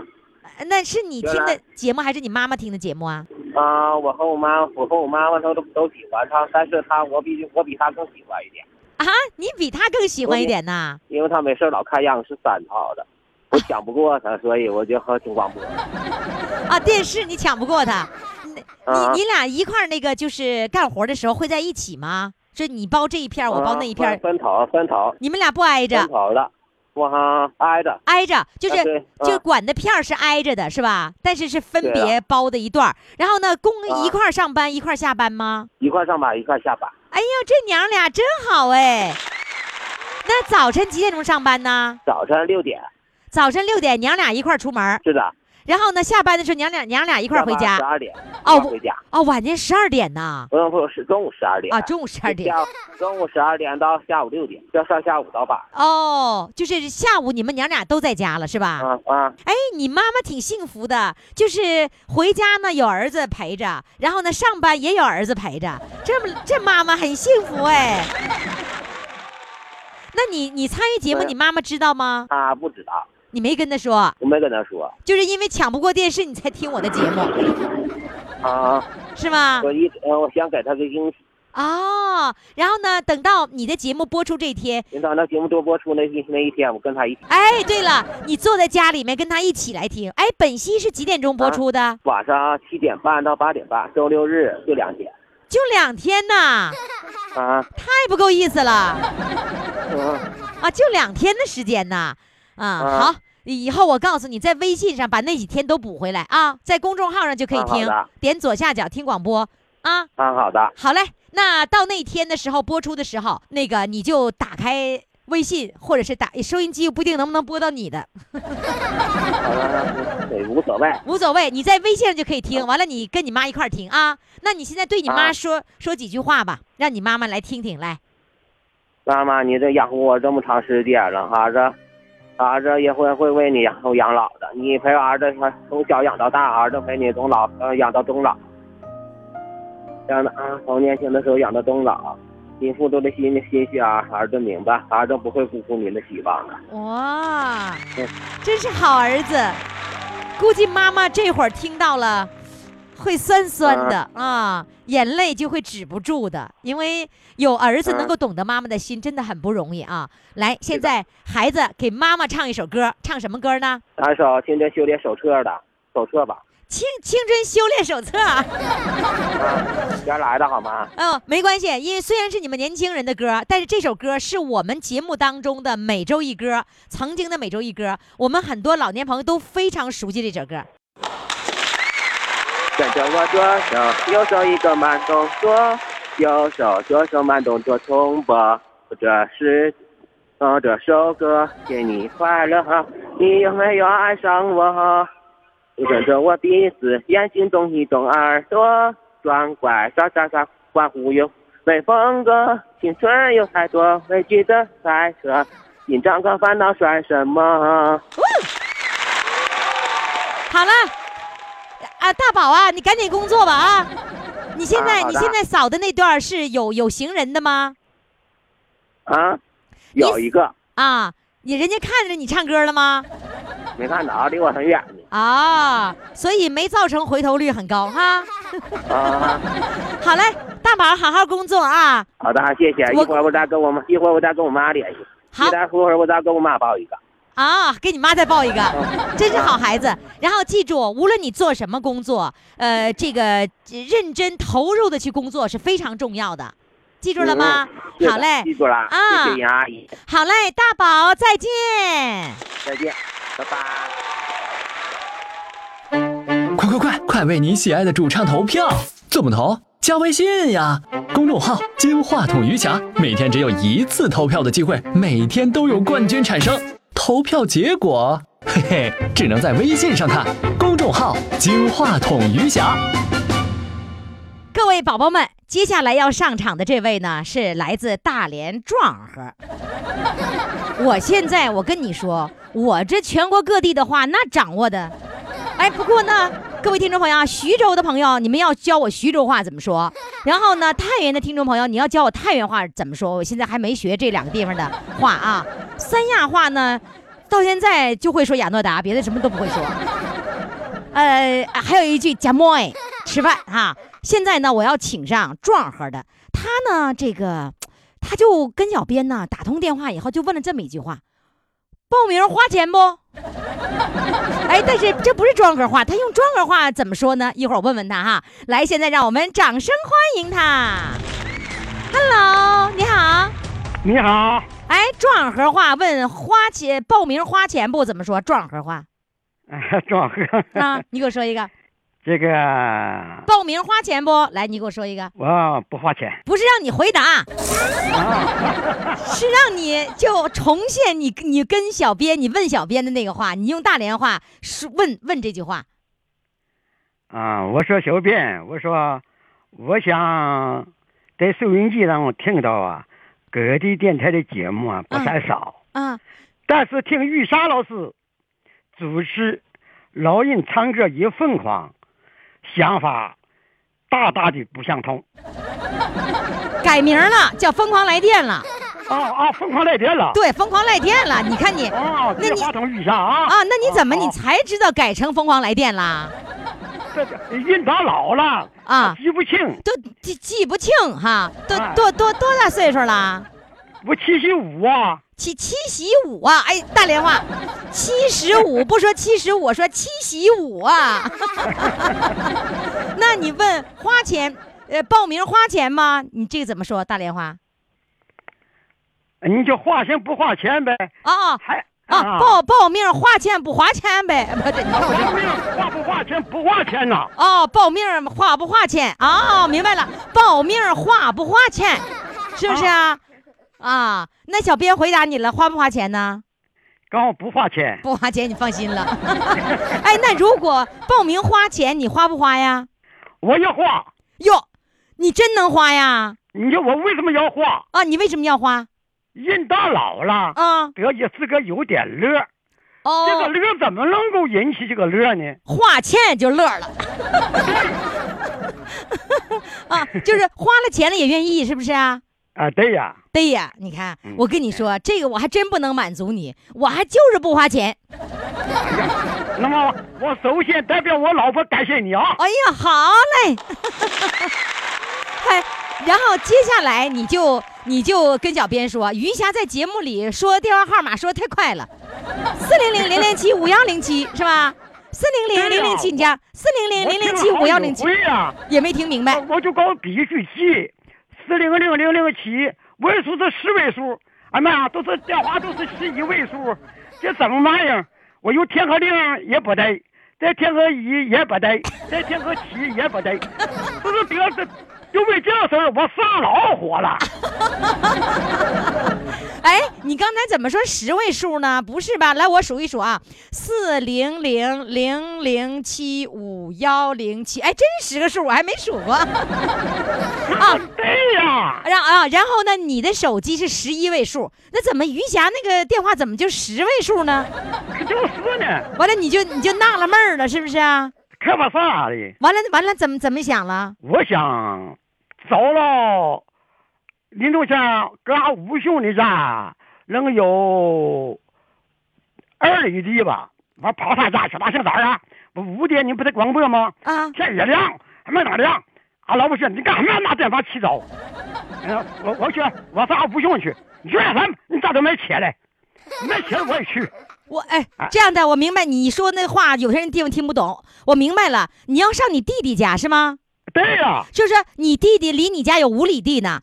Speaker 1: 呃那是你听
Speaker 4: 原来
Speaker 1: 的节目还是你妈妈听的节目啊？
Speaker 4: 啊！我和我妈，我和我妈妈都都都喜欢她，但是她我比我比她更喜欢一点，
Speaker 1: 啊，你比她更喜欢一
Speaker 4: 我
Speaker 1: 点呐？
Speaker 4: 因为她没事老看样是三套的，我抢不过她，所以我就和听广播。
Speaker 1: 啊，电视你抢不过她，
Speaker 4: 啊
Speaker 1: 你你俩一块儿那个就是干活的时候会在一起吗？说你包这一片儿，我包那一片
Speaker 4: 啊
Speaker 1: 儿，
Speaker 4: 分分头分头
Speaker 1: 你们俩不挨
Speaker 4: 分
Speaker 1: 着，
Speaker 4: 头的，我哈挨着。
Speaker 1: 挨着就是、
Speaker 4: 啊对
Speaker 1: 就
Speaker 4: 啊
Speaker 1: 管的片儿是挨着的，是吧？但是是分
Speaker 4: 对啊
Speaker 1: 别包的一段儿。然后呢，公
Speaker 4: 啊
Speaker 1: 一块儿上班，一块儿下班吗？
Speaker 4: 一块上班一块下班，
Speaker 1: 哎呦，这娘俩真好哎！那早晨几点钟上班呢？
Speaker 4: 早晨六点，
Speaker 1: 早晨六点，娘俩一块儿出门儿，
Speaker 4: 是的，
Speaker 1: 然后呢，下班的时候娘俩娘俩一
Speaker 4: 一
Speaker 1: 块儿回
Speaker 4: 十
Speaker 1: 家。
Speaker 4: 二点，
Speaker 1: 哦
Speaker 4: 一块回家，
Speaker 1: 哦，晚间十二点呢？
Speaker 4: 不用不是中午十二点
Speaker 1: 啊，中午十二点。
Speaker 4: 下午中午十二点到下午六点，要上下午早班，
Speaker 1: 哦，就是下午你们娘俩都在家了是吧？
Speaker 4: 啊啊，
Speaker 1: 哎，你妈妈挺幸福的，就是回家呢有儿子陪着，然后呢上班也有儿子陪着，这么这妈妈很幸福哎。那你你参与节目，
Speaker 4: 对
Speaker 1: 你妈妈知道吗？
Speaker 4: 他啊不知道，
Speaker 1: 你没跟她说，
Speaker 4: 我没跟他说
Speaker 1: 就是因为抢不过电视，你才听我的节目，
Speaker 4: 啊。
Speaker 1: 是吗？
Speaker 4: 我一直呃我想给他个惊喜，
Speaker 1: 哦，然后呢，等到你的节目播出这一天，
Speaker 4: 等到那节目多播出那一那一天，我跟他一起
Speaker 1: 哎，对了，你坐在家里面跟她一起来听。哎，本期是几点钟
Speaker 4: 啊
Speaker 1: 播出的？
Speaker 4: 晚上七点半到八点半，周六日就两天
Speaker 1: 就两天 呐，
Speaker 4: 啊。
Speaker 1: 太不够意思了
Speaker 4: 嗯
Speaker 1: 啊！就两天的时间呐，啊，
Speaker 4: 啊
Speaker 1: 好，以后我告诉你，在微信上把那几天都补回来啊，在公众号上就可以
Speaker 4: 啊好
Speaker 1: 听
Speaker 4: 的，
Speaker 1: 点左下角听广播啊。
Speaker 4: 啊，好的，
Speaker 1: 好嘞，那到那天的时候播出的时候，那个你就打开微信或者是打收音机，不一定能不能播到你的，
Speaker 4: 好的，对，无所谓。
Speaker 1: 无所谓，你在微信上就可以听。完了，你跟你妈一块儿听啊。那你现在对你妈
Speaker 4: 啊
Speaker 1: 说、说几句话吧，让你妈妈来听听来。
Speaker 4: 妈妈，你这养活我这么长时间了，儿子，儿子也会会为你养后养老的。你陪儿子从小养到大，儿子陪你从老呃养到终老，让他啊从年轻的时候养到终老。你付出的心心血啊，儿子明白，儿子不会辜负您的希望的。
Speaker 1: 哇
Speaker 4: 嗯，
Speaker 1: 真是好儿子。估计妈妈这会儿听到了，会酸酸的啊，眼泪就会止不住的，因为有儿子能够懂得妈妈的心，真的很不容易啊。来，现在孩子给妈妈唱一首歌，唱什么歌呢？
Speaker 4: 咱首青春修炼手册的手册吧，
Speaker 1: 青青春修炼手册。
Speaker 4: 原来的好吗？
Speaker 1: 嗯，没关系，因为虽然是你们年轻人的歌，但是这首歌是我们节目当中的每周一歌，曾经的每周一歌，我们很多老年朋友都非常熟悉这首歌。
Speaker 4: 跟着我左手，右手一个慢动作，右手左手慢动作重播，这是，呃，这首歌给你快乐，你有没有爱上我？跟着我鼻子，眼睛动一动耳朵，装乖耍耍耍，欢呼哟，没风格，青春有太多未知的猜测，紧张和烦恼算什么？
Speaker 1: 好了，啊，大宝啊，你赶紧工作吧啊！你现在、
Speaker 4: 啊好
Speaker 1: 你
Speaker 4: 的
Speaker 1: 现在扫的那段是有有行人的吗？
Speaker 4: 啊，有一个
Speaker 1: 啊，你人家看着你唱歌了吗？
Speaker 4: 没看着，离我很远呢。
Speaker 1: 啊，所以没造成回头率很高哈。
Speaker 4: 啊。
Speaker 1: 好嘞，大宝好好工作啊。
Speaker 4: 好的，谢谢。
Speaker 1: 我
Speaker 4: 一会儿我再跟我妈，一会儿我再跟我妈联系。
Speaker 1: 好
Speaker 4: 一待会儿我再跟我妈报一个。
Speaker 1: 啊，给你妈再抱一个， 真是好孩子。然后记住，无论你做什么工作，呃，这个认真投入的去工作是非常重要的，记住了吗？
Speaker 4: 是的
Speaker 1: 好嘞，
Speaker 4: 嗯记住了，
Speaker 1: 啊
Speaker 4: 谢谢尹阿姨，
Speaker 1: 好嘞，大宝再见。
Speaker 4: 再见，拜拜。
Speaker 2: 快快快，快为你喜爱的主唱投票！怎么投？加微信呀，公众号“金话筒余霞”，每天只有一次投票的机会，每天都有冠军产生。投票结果，嘿嘿，只能在微信上看。公众号“金话筒余霞”。
Speaker 1: 各位宝宝们，接下来要上场的这位呢，是来自大连壮河。我现在我跟你说，我这全国各地的话，那掌握的，哎，不过呢，各位听众朋友啊，徐州的朋友，你们要教我徐州话怎么说，然后呢，太原的听众朋友，你要教我太原话怎么说，我现在还没学这两个地方的话啊，三亚话呢，到现在就会说雅诺达，别的什么都不会说。呃，还有一句加莫哎，吃饭哈、现在呢，我要请上壮和的，他呢，这个他就跟小编呢打通电话以后，就问了这么一句话：报名花钱不？ 哎，但是这不是壮和话，他用壮和话怎么说呢？一会儿我问问他哈。来，现在让我们掌声欢迎他。Hello，你好。
Speaker 3: 你好，
Speaker 1: 哎，壮和话问花钱报名花钱不怎么说？壮 和话
Speaker 3: 壮哥，
Speaker 1: 啊，你给我说一个
Speaker 3: 这个
Speaker 1: 报名花钱不？来，你给我说一个。
Speaker 3: 我不花钱。
Speaker 1: 不是让你回答，是让你就重现你你跟小编你问小编的那个话，你用大连话说问问这句话。
Speaker 9: 啊，我说小编，我说我想在收音机上听到啊各地电台的节目啊不
Speaker 1: 嗯
Speaker 9: 算少，
Speaker 1: 啊，
Speaker 9: 但是听玉莎老师主持老人唱歌也疯狂，想法大大的不相同。
Speaker 1: 改名了，叫《疯狂来电》了。
Speaker 9: 啊啊，疯狂来电了。
Speaker 1: 对，疯狂来电了。你看你
Speaker 9: 哦，
Speaker 1: 那
Speaker 9: 这
Speaker 1: 你
Speaker 9: 话筒一下啊
Speaker 1: 啊，那你怎么
Speaker 9: 啊
Speaker 1: 你
Speaker 9: 啊
Speaker 1: 才知道改成疯狂来电啦？
Speaker 9: 这这人咋老了
Speaker 1: 啊
Speaker 9: 记不清，
Speaker 1: 都记记不清哈，都
Speaker 9: 哎
Speaker 1: 多多多大岁数啦？
Speaker 9: 我七十五啊，
Speaker 1: 七七喜五啊！哎，大连话，七十五不说七十五，我说七喜五啊。 那你问花钱，呃，报名花钱吗？你这个怎么说？大连话
Speaker 9: 你就花钱不花钱呗，
Speaker 1: 啊啊
Speaker 9: 还
Speaker 1: 啊！报报名花钱不花钱呗？ 不是，你看我这
Speaker 9: 花命花不花钱不花钱呐，
Speaker 1: 哦，报名儿花不花钱？哦，明白了，报名儿花不花钱，是不是啊？啊，那小编回答你了，花不花钱呢？
Speaker 9: 刚好不花钱，
Speaker 1: 不花钱，你放心了。哎，那如果报名花钱，你花不花呀？
Speaker 9: 我要花，
Speaker 1: 哟，你真能花呀！
Speaker 9: 你说我为什么要花？
Speaker 1: 啊，你为什么要花
Speaker 9: 人到老了，
Speaker 1: 啊？
Speaker 9: 得意自个有点乐，这个
Speaker 1: 哦，
Speaker 9: 乐怎么能够引起这个乐呢？
Speaker 1: 花钱就乐了。 啊，就是花了钱了也愿意，是不是啊？
Speaker 9: 啊，对呀，
Speaker 1: 对呀，你看，我跟你说，这个我还真不能满足你，我还就是不花钱。
Speaker 9: 那么我首先代表我老婆感谢你啊，
Speaker 1: 哎呀，好嘞，嗨，然后接下来你就你就跟小编说，云霞在节目里说电话号码说得太快了，四零零零零七五幺零七是吧？四零零零零七，你家四零零零零七五幺零七
Speaker 9: 对呀，
Speaker 1: 也没听明白
Speaker 9: 我我就搞比喻记，四零零零零七，位数是十位数，俺们啊都是电话都是十一位数，这怎么玩意儿？我又填个零也不对，再填个一也不对，再填个七也不对，不是得这，就为这事儿我上老火了。
Speaker 1: 哎，你刚才怎么说十位数呢？不是吧？来，我数一数啊，四零零零零七五幺零七，哎，真十个数，我还没数过。啊
Speaker 9: 对哎呀，
Speaker 1: 然啊，然后呢，你的手机是十一位数，那怎么余霞那个电话怎么就十位数呢？
Speaker 9: 就是呢，
Speaker 1: 完了，你就你就纳了闷儿了，是不是啊？
Speaker 9: 可不啥的。
Speaker 1: 完了完了，怎么怎么想了？
Speaker 9: 我想找了林东乡跟俺五兄弟家能有二里地吧。我跑他家去，那姓咋呀？我五点你不得广播吗？
Speaker 1: 啊
Speaker 9: 天也亮，还没哪亮。俺老婆说你干什么拿电话起早？哎呀我我去，我上俺五兄弟去。你去干什么？你咋都没起来？没起来我也去。
Speaker 1: 我哎，这样的，我明白你说那话，有些人地方听不懂，我明白了，你要上你弟弟家是吗？
Speaker 9: 对呀、啊，
Speaker 1: 就是你弟弟离你家有五里地呢。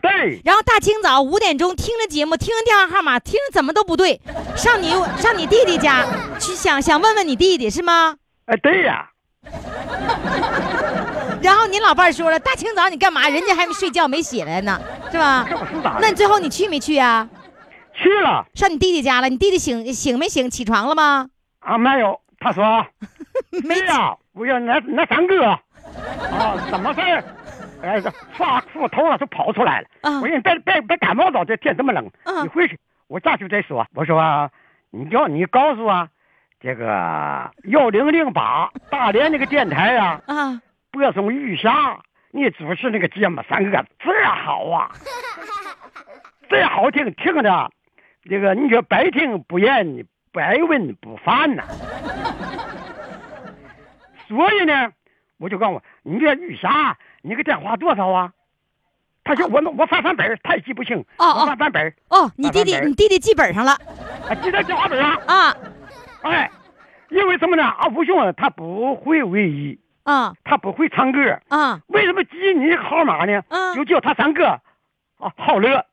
Speaker 9: 对，
Speaker 1: 然后大清早五点钟听着节目，听着电话号码，听着怎么都不对，上你上你弟弟家去想想问问你弟弟是吗？
Speaker 9: 哎对呀、
Speaker 1: 然后你老伴儿说了，大清早你干 嘛？人家还没睡觉没起来呢，是吧？
Speaker 9: 可不是咋
Speaker 1: 那
Speaker 9: 的
Speaker 1: 你。最后你去没去啊？
Speaker 9: 去了
Speaker 1: 上你弟弟家了，你弟弟醒醒没醒？起床了吗？
Speaker 9: 啊，没有。他 说。
Speaker 1: 没
Speaker 9: 对
Speaker 1: 起。
Speaker 9: 呀、我要那那三个，啊，怎么事儿？哎，这歘，裤头上就跑出来了。
Speaker 1: 啊
Speaker 9: 我说你别别别感冒了，这天这么冷，
Speaker 1: 啊
Speaker 9: 你回去，我下去再说。我说、啊，你叫你告诉啊，这个幺零零八大连那个电台啊，
Speaker 1: 啊，
Speaker 9: 播送玉霞，你主持那个节目，三个真好 啊，真好听，听着，这个你说百听不厌，百问不烦 呐、所以呢，我就告诉我，你这玉霞，你个电话多少啊？他说我我翻翻本儿，他也记不清，
Speaker 1: 哦哦
Speaker 9: 我翻翻本儿，
Speaker 1: 哦，你弟弟
Speaker 9: 慢慢来
Speaker 1: 你弟弟记本上了
Speaker 9: 啊，记得电话本儿啊，
Speaker 1: 啊
Speaker 9: 哎，因为什么呢？啊，吴兄他不会唯一，
Speaker 1: 啊
Speaker 9: 他不会唱歌。
Speaker 1: 啊！
Speaker 9: 为什么记你号码呢？
Speaker 1: 嗯
Speaker 9: 就叫他三哥，啊，好乐，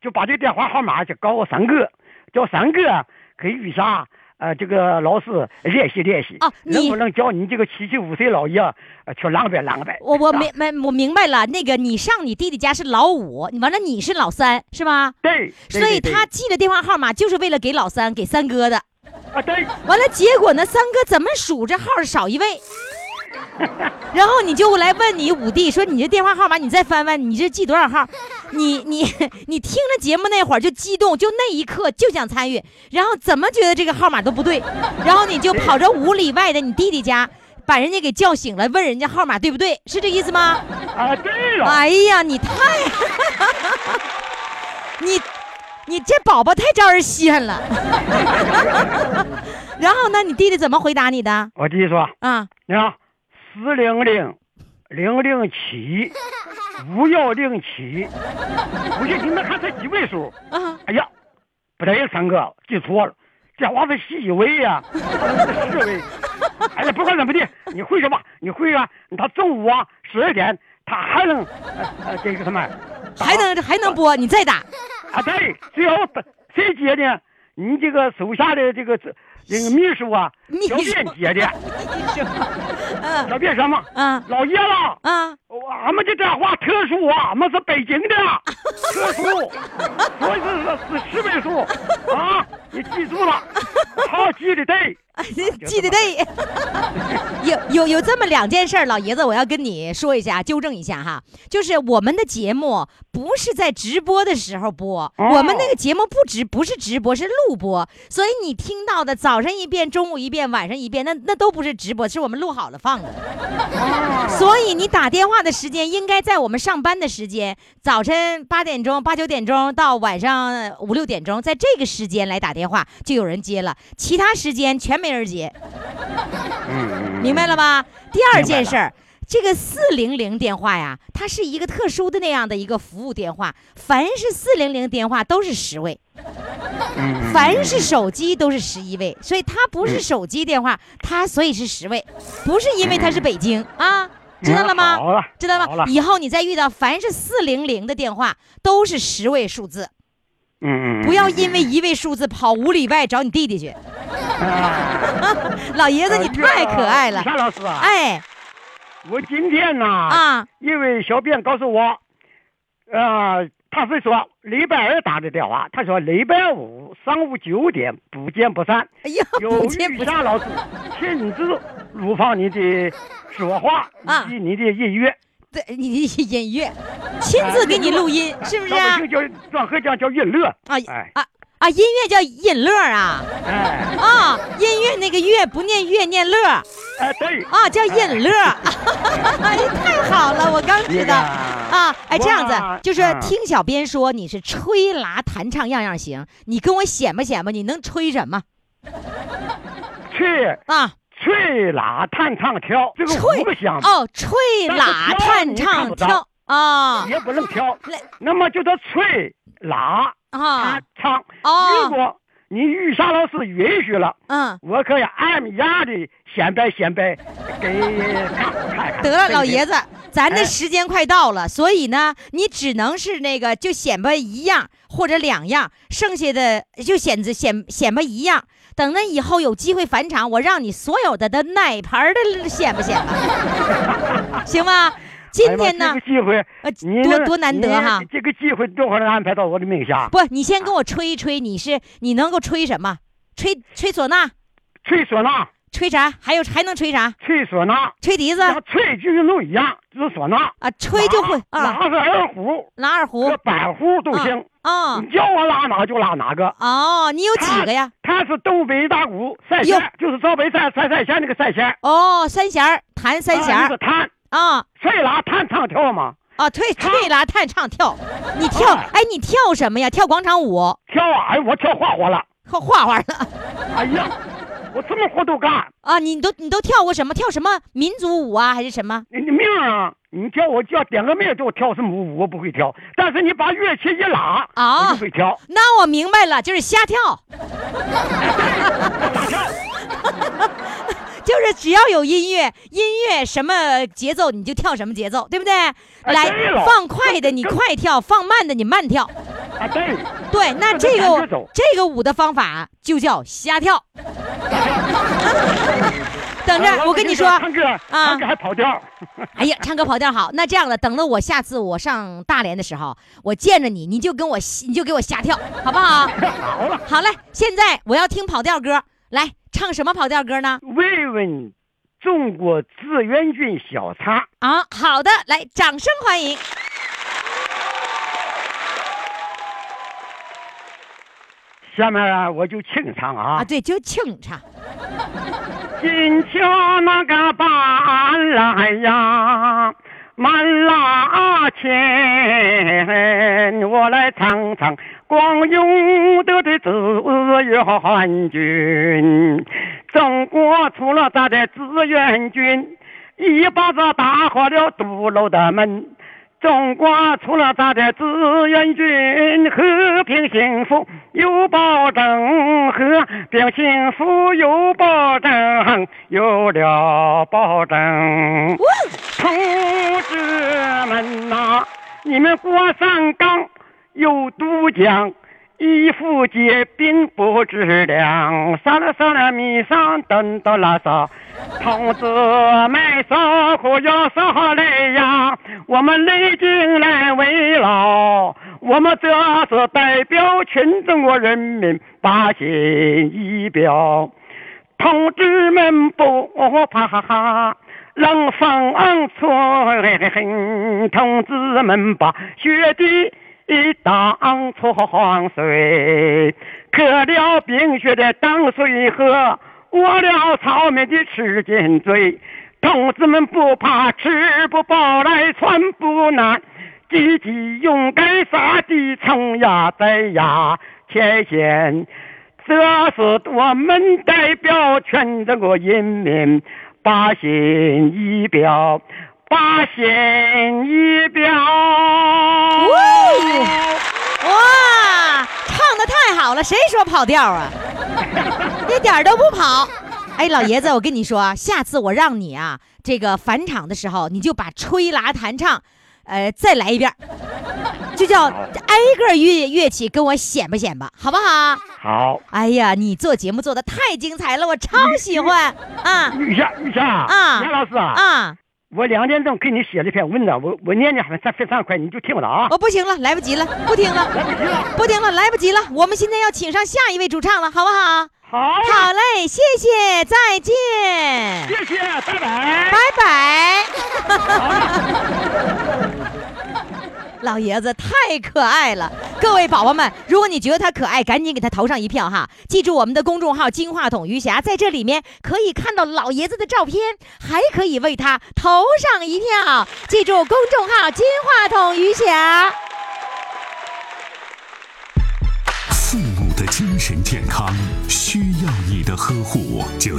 Speaker 9: 就把这电话号码就告我三哥，叫三啊哥给玉霞，呃，这个老师练习练习，
Speaker 1: 哦你
Speaker 9: 能不能叫你这个七十五岁老爷呃去浪呗浪呗？
Speaker 1: 我
Speaker 9: 是
Speaker 1: 我
Speaker 9: 吧
Speaker 1: 没没我明白了，那个你上你弟弟家是老五，完了你是老三是吧？
Speaker 9: 对，对
Speaker 1: 所以
Speaker 9: 对
Speaker 1: 他记了电话号码就是为了给老三给三哥的。
Speaker 9: 对啊对，
Speaker 1: 完了，结果呢，三哥怎么数这号儿少一位？然后你就来问你五弟说：“你这电话号码，你再翻翻，你这记多少号？”你你你听着节目那会儿就激动，就那一刻就想参与，然后怎么觉得这个号码都不对，然后你就跑着五里外的你弟弟家，把人家给叫醒了，问人家号码对不对，是这意思吗？
Speaker 9: 啊对了，
Speaker 1: 哎呀，你太， 你你这宝宝太招人稀罕了。 然后呢，你弟弟怎么回答你的？
Speaker 9: 我弟弟说
Speaker 1: 啊，：“
Speaker 9: 你看，十零零零零七，五幺零七。”不信你们看才几位数？
Speaker 1: 啊，
Speaker 9: 哎呀，不对，三哥记错了，这话是十一位 呀、他是十位。哎呀，不管怎么的，你会什么？你会啊？他中午啊十二点，他还能呃呃这个什么？
Speaker 1: 还能还能播，你再打。
Speaker 9: 啊，对，最后谁接的？你这个手下的这个这这个秘书啊，
Speaker 1: 秘
Speaker 9: 小
Speaker 1: 书
Speaker 9: 便接 的，
Speaker 1: 嗯
Speaker 9: 小便什么？
Speaker 1: 啊
Speaker 9: 老爷子，
Speaker 1: 啊，
Speaker 9: 俺们这电话特殊，俺们是北京的，特殊，所以是是十位数啊！你记住了，好记得对。
Speaker 1: 记得对。有有有这么两件事儿，老爷子，我要跟你说一下，纠正一下哈，就是我们的节目不是在直播的时候播，我们那个节目不直不是直播，是录播，所以你听到的早晨一遍，中午一遍，晚上一遍，那那都不是直播，是我们录好了放的。所以你打电话的时间应该在我们上班的时间，早晨八点钟、八九点钟到晚上五六点钟，在这个时间来打电话就有人接了，其他时间全没人接。明白了吧？第二件事儿，这个四零零电话呀，它是一个特殊的那样的一个服务电话，凡是四零零电话都是十位，
Speaker 9: 嗯
Speaker 1: 凡是手机都是十一位，所以它不是手机电话，它所以是十位，不是因为它是北京啊。知道了吗？
Speaker 9: 嗯好了
Speaker 1: 知道
Speaker 9: 好了？
Speaker 1: 吗以后你再遇到凡是四零零的电话，都是十位数字，
Speaker 9: 嗯嗯，
Speaker 1: 不要因为一位数字跑五里外找你弟弟去。
Speaker 9: 嗯
Speaker 1: 老爷子，你太可爱了
Speaker 9: 夏。老师啊，
Speaker 1: 哎
Speaker 9: 我今天呢
Speaker 1: 啊，
Speaker 9: 因为小编告诉我，呃，他是说礼拜二打的电话，他说礼拜五上午九点不见不散。
Speaker 1: 哎呀，
Speaker 9: 有
Speaker 1: 不见
Speaker 9: 遇
Speaker 1: 不
Speaker 9: 夏
Speaker 1: 散，
Speaker 9: 老师亲自录放你的说话
Speaker 1: 啊
Speaker 9: 以及你的音乐，
Speaker 1: 对，你你音乐，亲自给你录音，是不是
Speaker 9: 老
Speaker 1: 啊
Speaker 9: 百？姓叫转黑讲叫音乐。
Speaker 1: 啊
Speaker 9: 哎
Speaker 1: 啊啊！音乐叫音乐啊
Speaker 9: 哎
Speaker 1: 啊！音乐那个乐不念乐，念乐
Speaker 9: 哎，对，
Speaker 1: 啊，叫音乐。哎， 太好了，我刚知道啊。哎，这样子
Speaker 9: 哇
Speaker 1: 就是
Speaker 9: 嗯
Speaker 1: 听小编说你是吹拉弹唱样样行，你跟我显摆显摆，你能吹什么
Speaker 9: 吹
Speaker 1: 啊？
Speaker 9: 吹拉弹唱跳，这个
Speaker 1: 吹
Speaker 9: 五个响
Speaker 1: 哦，吹拉
Speaker 9: 但
Speaker 1: 弹
Speaker 9: 是跳你看
Speaker 1: 唱
Speaker 9: 不
Speaker 1: 跳
Speaker 9: 到哎
Speaker 1: 啊
Speaker 9: 也不能跳
Speaker 1: 来，
Speaker 9: 那么就叫吹拉
Speaker 1: 啊
Speaker 9: 弹唱。
Speaker 1: 哦
Speaker 9: 如果你遇夏老师允许了，
Speaker 1: 嗯。
Speaker 9: 我可以按压的显摆显摆，给看哎看看。
Speaker 1: 得了，老爷
Speaker 9: 子，
Speaker 1: 子，咱这
Speaker 9: 哎
Speaker 1: 时间快到了，所以呢，你只能是那个就显摆一样或者两样，剩下的就显着显显摆一样。等那以后有机会返场，我让你所有的的奶盘儿的显摆显摆，行吗？今天呢，
Speaker 9: 哎这个机会
Speaker 1: 呃，
Speaker 9: 你
Speaker 1: 多
Speaker 9: 能
Speaker 1: 多难得
Speaker 9: 你
Speaker 1: 哈！
Speaker 9: 这个机会多会能安排到我的名下？
Speaker 1: 不，你先跟我吹一吹，你是你能够吹什么？吹吹唢呐，
Speaker 9: 吹唢呐，
Speaker 1: 吹啥？还有还能吹啥？
Speaker 9: 吹唢呐，
Speaker 1: 吹笛子
Speaker 9: 像吹就是弄一样，就是唢呐。
Speaker 1: 啊，吹就会啊，
Speaker 9: 拉是二胡，
Speaker 1: 拉二胡
Speaker 9: 这板胡都
Speaker 1: 啊
Speaker 9: 行。
Speaker 1: 啊
Speaker 9: 你叫我拉哪就拉哪个。
Speaker 1: 哦，你有几个呀？
Speaker 9: 他？他是东北大鼓赛弦
Speaker 1: 哟，
Speaker 9: 就是赵北赛赛赛弦那个赛弦。
Speaker 1: 哦，三弦儿弹三弦
Speaker 9: 啊那个
Speaker 1: 儿
Speaker 9: 弹，
Speaker 1: 啊
Speaker 9: 吹拉弹唱跳嘛，
Speaker 1: 啊，推吹拉弹唱跳，你跳
Speaker 9: 啊
Speaker 1: 哎，你跳什么呀？跳广场舞，
Speaker 9: 跳啊！哎，我跳花活了。
Speaker 1: 画画画了
Speaker 9: 哎呀，我什么活都干。
Speaker 1: 啊！你都你都跳过什么？跳什么民族舞啊，还是什么？
Speaker 9: 你你命啊！你叫我叫点个名儿叫我跳什么舞，我不会跳。但是你把乐器一拉，
Speaker 1: 啊
Speaker 9: 我就会跳。
Speaker 1: 那我明白了，就是瞎跳， 就是只要有音乐，音乐什么节奏你就跳什么节奏，对不对？
Speaker 9: 哎对
Speaker 1: 来，
Speaker 9: 了
Speaker 1: 放快的你快跳，放慢的你慢跳。
Speaker 9: 啊，对，
Speaker 1: 对，那
Speaker 9: 这
Speaker 1: 这
Speaker 9: 个感
Speaker 1: 个
Speaker 9: 觉走
Speaker 1: 这个舞的方法就叫瞎跳。等着，我跟你说，
Speaker 9: 啊
Speaker 1: 啊
Speaker 9: 唱歌，唱歌还跑 调。
Speaker 1: 哎呀，唱歌跑调好。那这样了，等到我下次我上大连的时候，我见着你，你就跟我瞎你就给我瞎跳，好不好？
Speaker 9: 好了，
Speaker 1: 好嘞，现在我要听跑调歌，来唱什么跑调歌呢？
Speaker 9: 慰问中国志愿军小茶。
Speaker 1: 啊，好的，来，掌声欢迎。
Speaker 9: 下面啊，我就清唱啊
Speaker 1: 啊，。对，就清唱。
Speaker 9: 金秋那个搬来呀，满拉亲，我来唱唱光荣的的志愿军。中国除了咱的志愿军，一巴子打垮了堵楼的门。中国除了咱的志愿军，和平幸福有保证，和平幸福有保证，有了保证。同志们呐、你们过上岗有渡江，衣服结冰不质量，沙拉沙拉米上等到拉萨，同志们受苦要受累呀，我们累进来为劳，我们这是代表全中国人民把心一表。同志们不怕冷风吹，同志们把雪地当床睡，渴了冰雪的当水喝，饿了草莓的吃进嘴。同志们不怕吃不饱来穿不暖，积极勇敢杀敌冲呀在呀前线。这是我们代表全中国人民八心一表，八心一表。
Speaker 1: 哦哇，唱的太好了，谁说跑调啊？ 一点儿都不跑。哎，老爷子，我跟你说啊，下次我让你啊，这个返场的时候，你就把吹拉弹唱，呃，再来一遍儿，就叫挨个乐乐器跟我显摆显摆，好不好？
Speaker 9: 好，
Speaker 1: 哎呀，你做节目做的太精彩了，我超喜欢啊
Speaker 9: 玉霞，玉霞，
Speaker 1: 啊
Speaker 9: 杨老师啊，
Speaker 1: 啊！
Speaker 9: 我两点钟给你写了一篇文章，我我念念还非常快，你就听我的啊。
Speaker 1: 我不行了，来不及了，不听了，不听了，来不及了。我们现在要请上下一位主唱了，好不好？
Speaker 9: 好，
Speaker 1: 好嘞，谢谢，再见，
Speaker 9: 谢谢，拜拜
Speaker 1: 拜。拜。 老爷子太可爱了，各位宝宝们，如果你觉得他可爱，赶紧给他投上一票哈！记住我们的公众号“金话筒余霞”，在这里面可以看到老爷子的照片，还可以为他投上一票。记住公众号“金话筒余霞”。
Speaker 10: 父母的精神健康需要你的呵护，就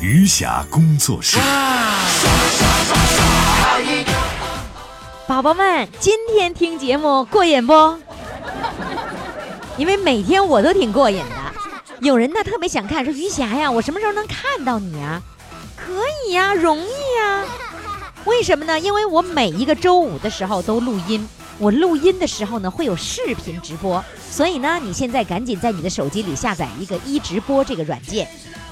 Speaker 10: 余霞工作室。
Speaker 1: 宝宝们，今天听节目过瘾不？因为每天我都挺过瘾的。有人呢特别想看，说余霞呀，我什么时候能看到你啊？可以呀、容易呀、为什么呢？因为我每一个周五的时候都录音，我录音的时候呢会有视频直播，所以呢，你现在赶紧在你的手机里下载一个一直播这个软件，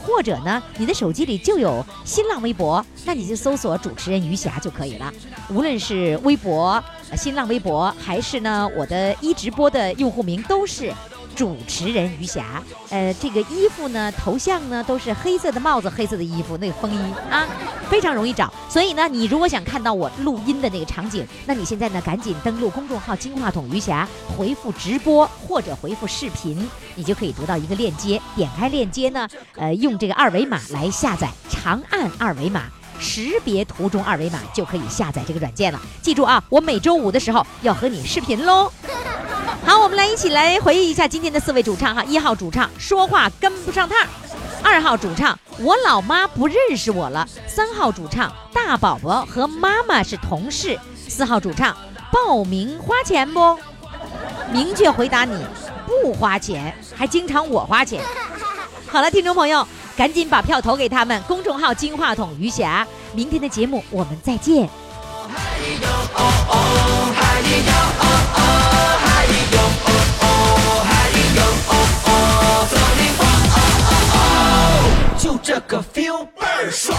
Speaker 1: 或者呢，你的手机里就有新浪微博，那你就搜索主持人余霞就可以了。无论是微博、呃新浪微博，还是呢我的一直播的用户名都是。主持人余霞，呃，这个衣服呢，头像呢都是黑色的帽子、黑色的衣服，那个风衣啊，非常容易找。所以呢，你如果想看到我录音的那个场景，那你现在呢赶紧登录公众号“金话筒余霞”，回复直播或者回复视频，你就可以得到一个链接。点开链接呢，呃，用这个二维码来下载，长按二维码。识别图中二维码就可以下载这个软件了。记住啊，我每周五的时候要和你视频喽。好，我们来一起来回忆一下今天的四位主唱哈。一号主唱说话跟不上趟儿，二号主唱我老妈不认识我了，三号主唱大宝宝和妈妈是同事，四号主唱报名花钱不？明确回答你不花钱，还经常我花钱。好了，听众朋友，赶紧把票投给他们。公众号“金话筒余霞”，明天的节目我们再见。
Speaker 11: 就这个 feel 倍儿爽。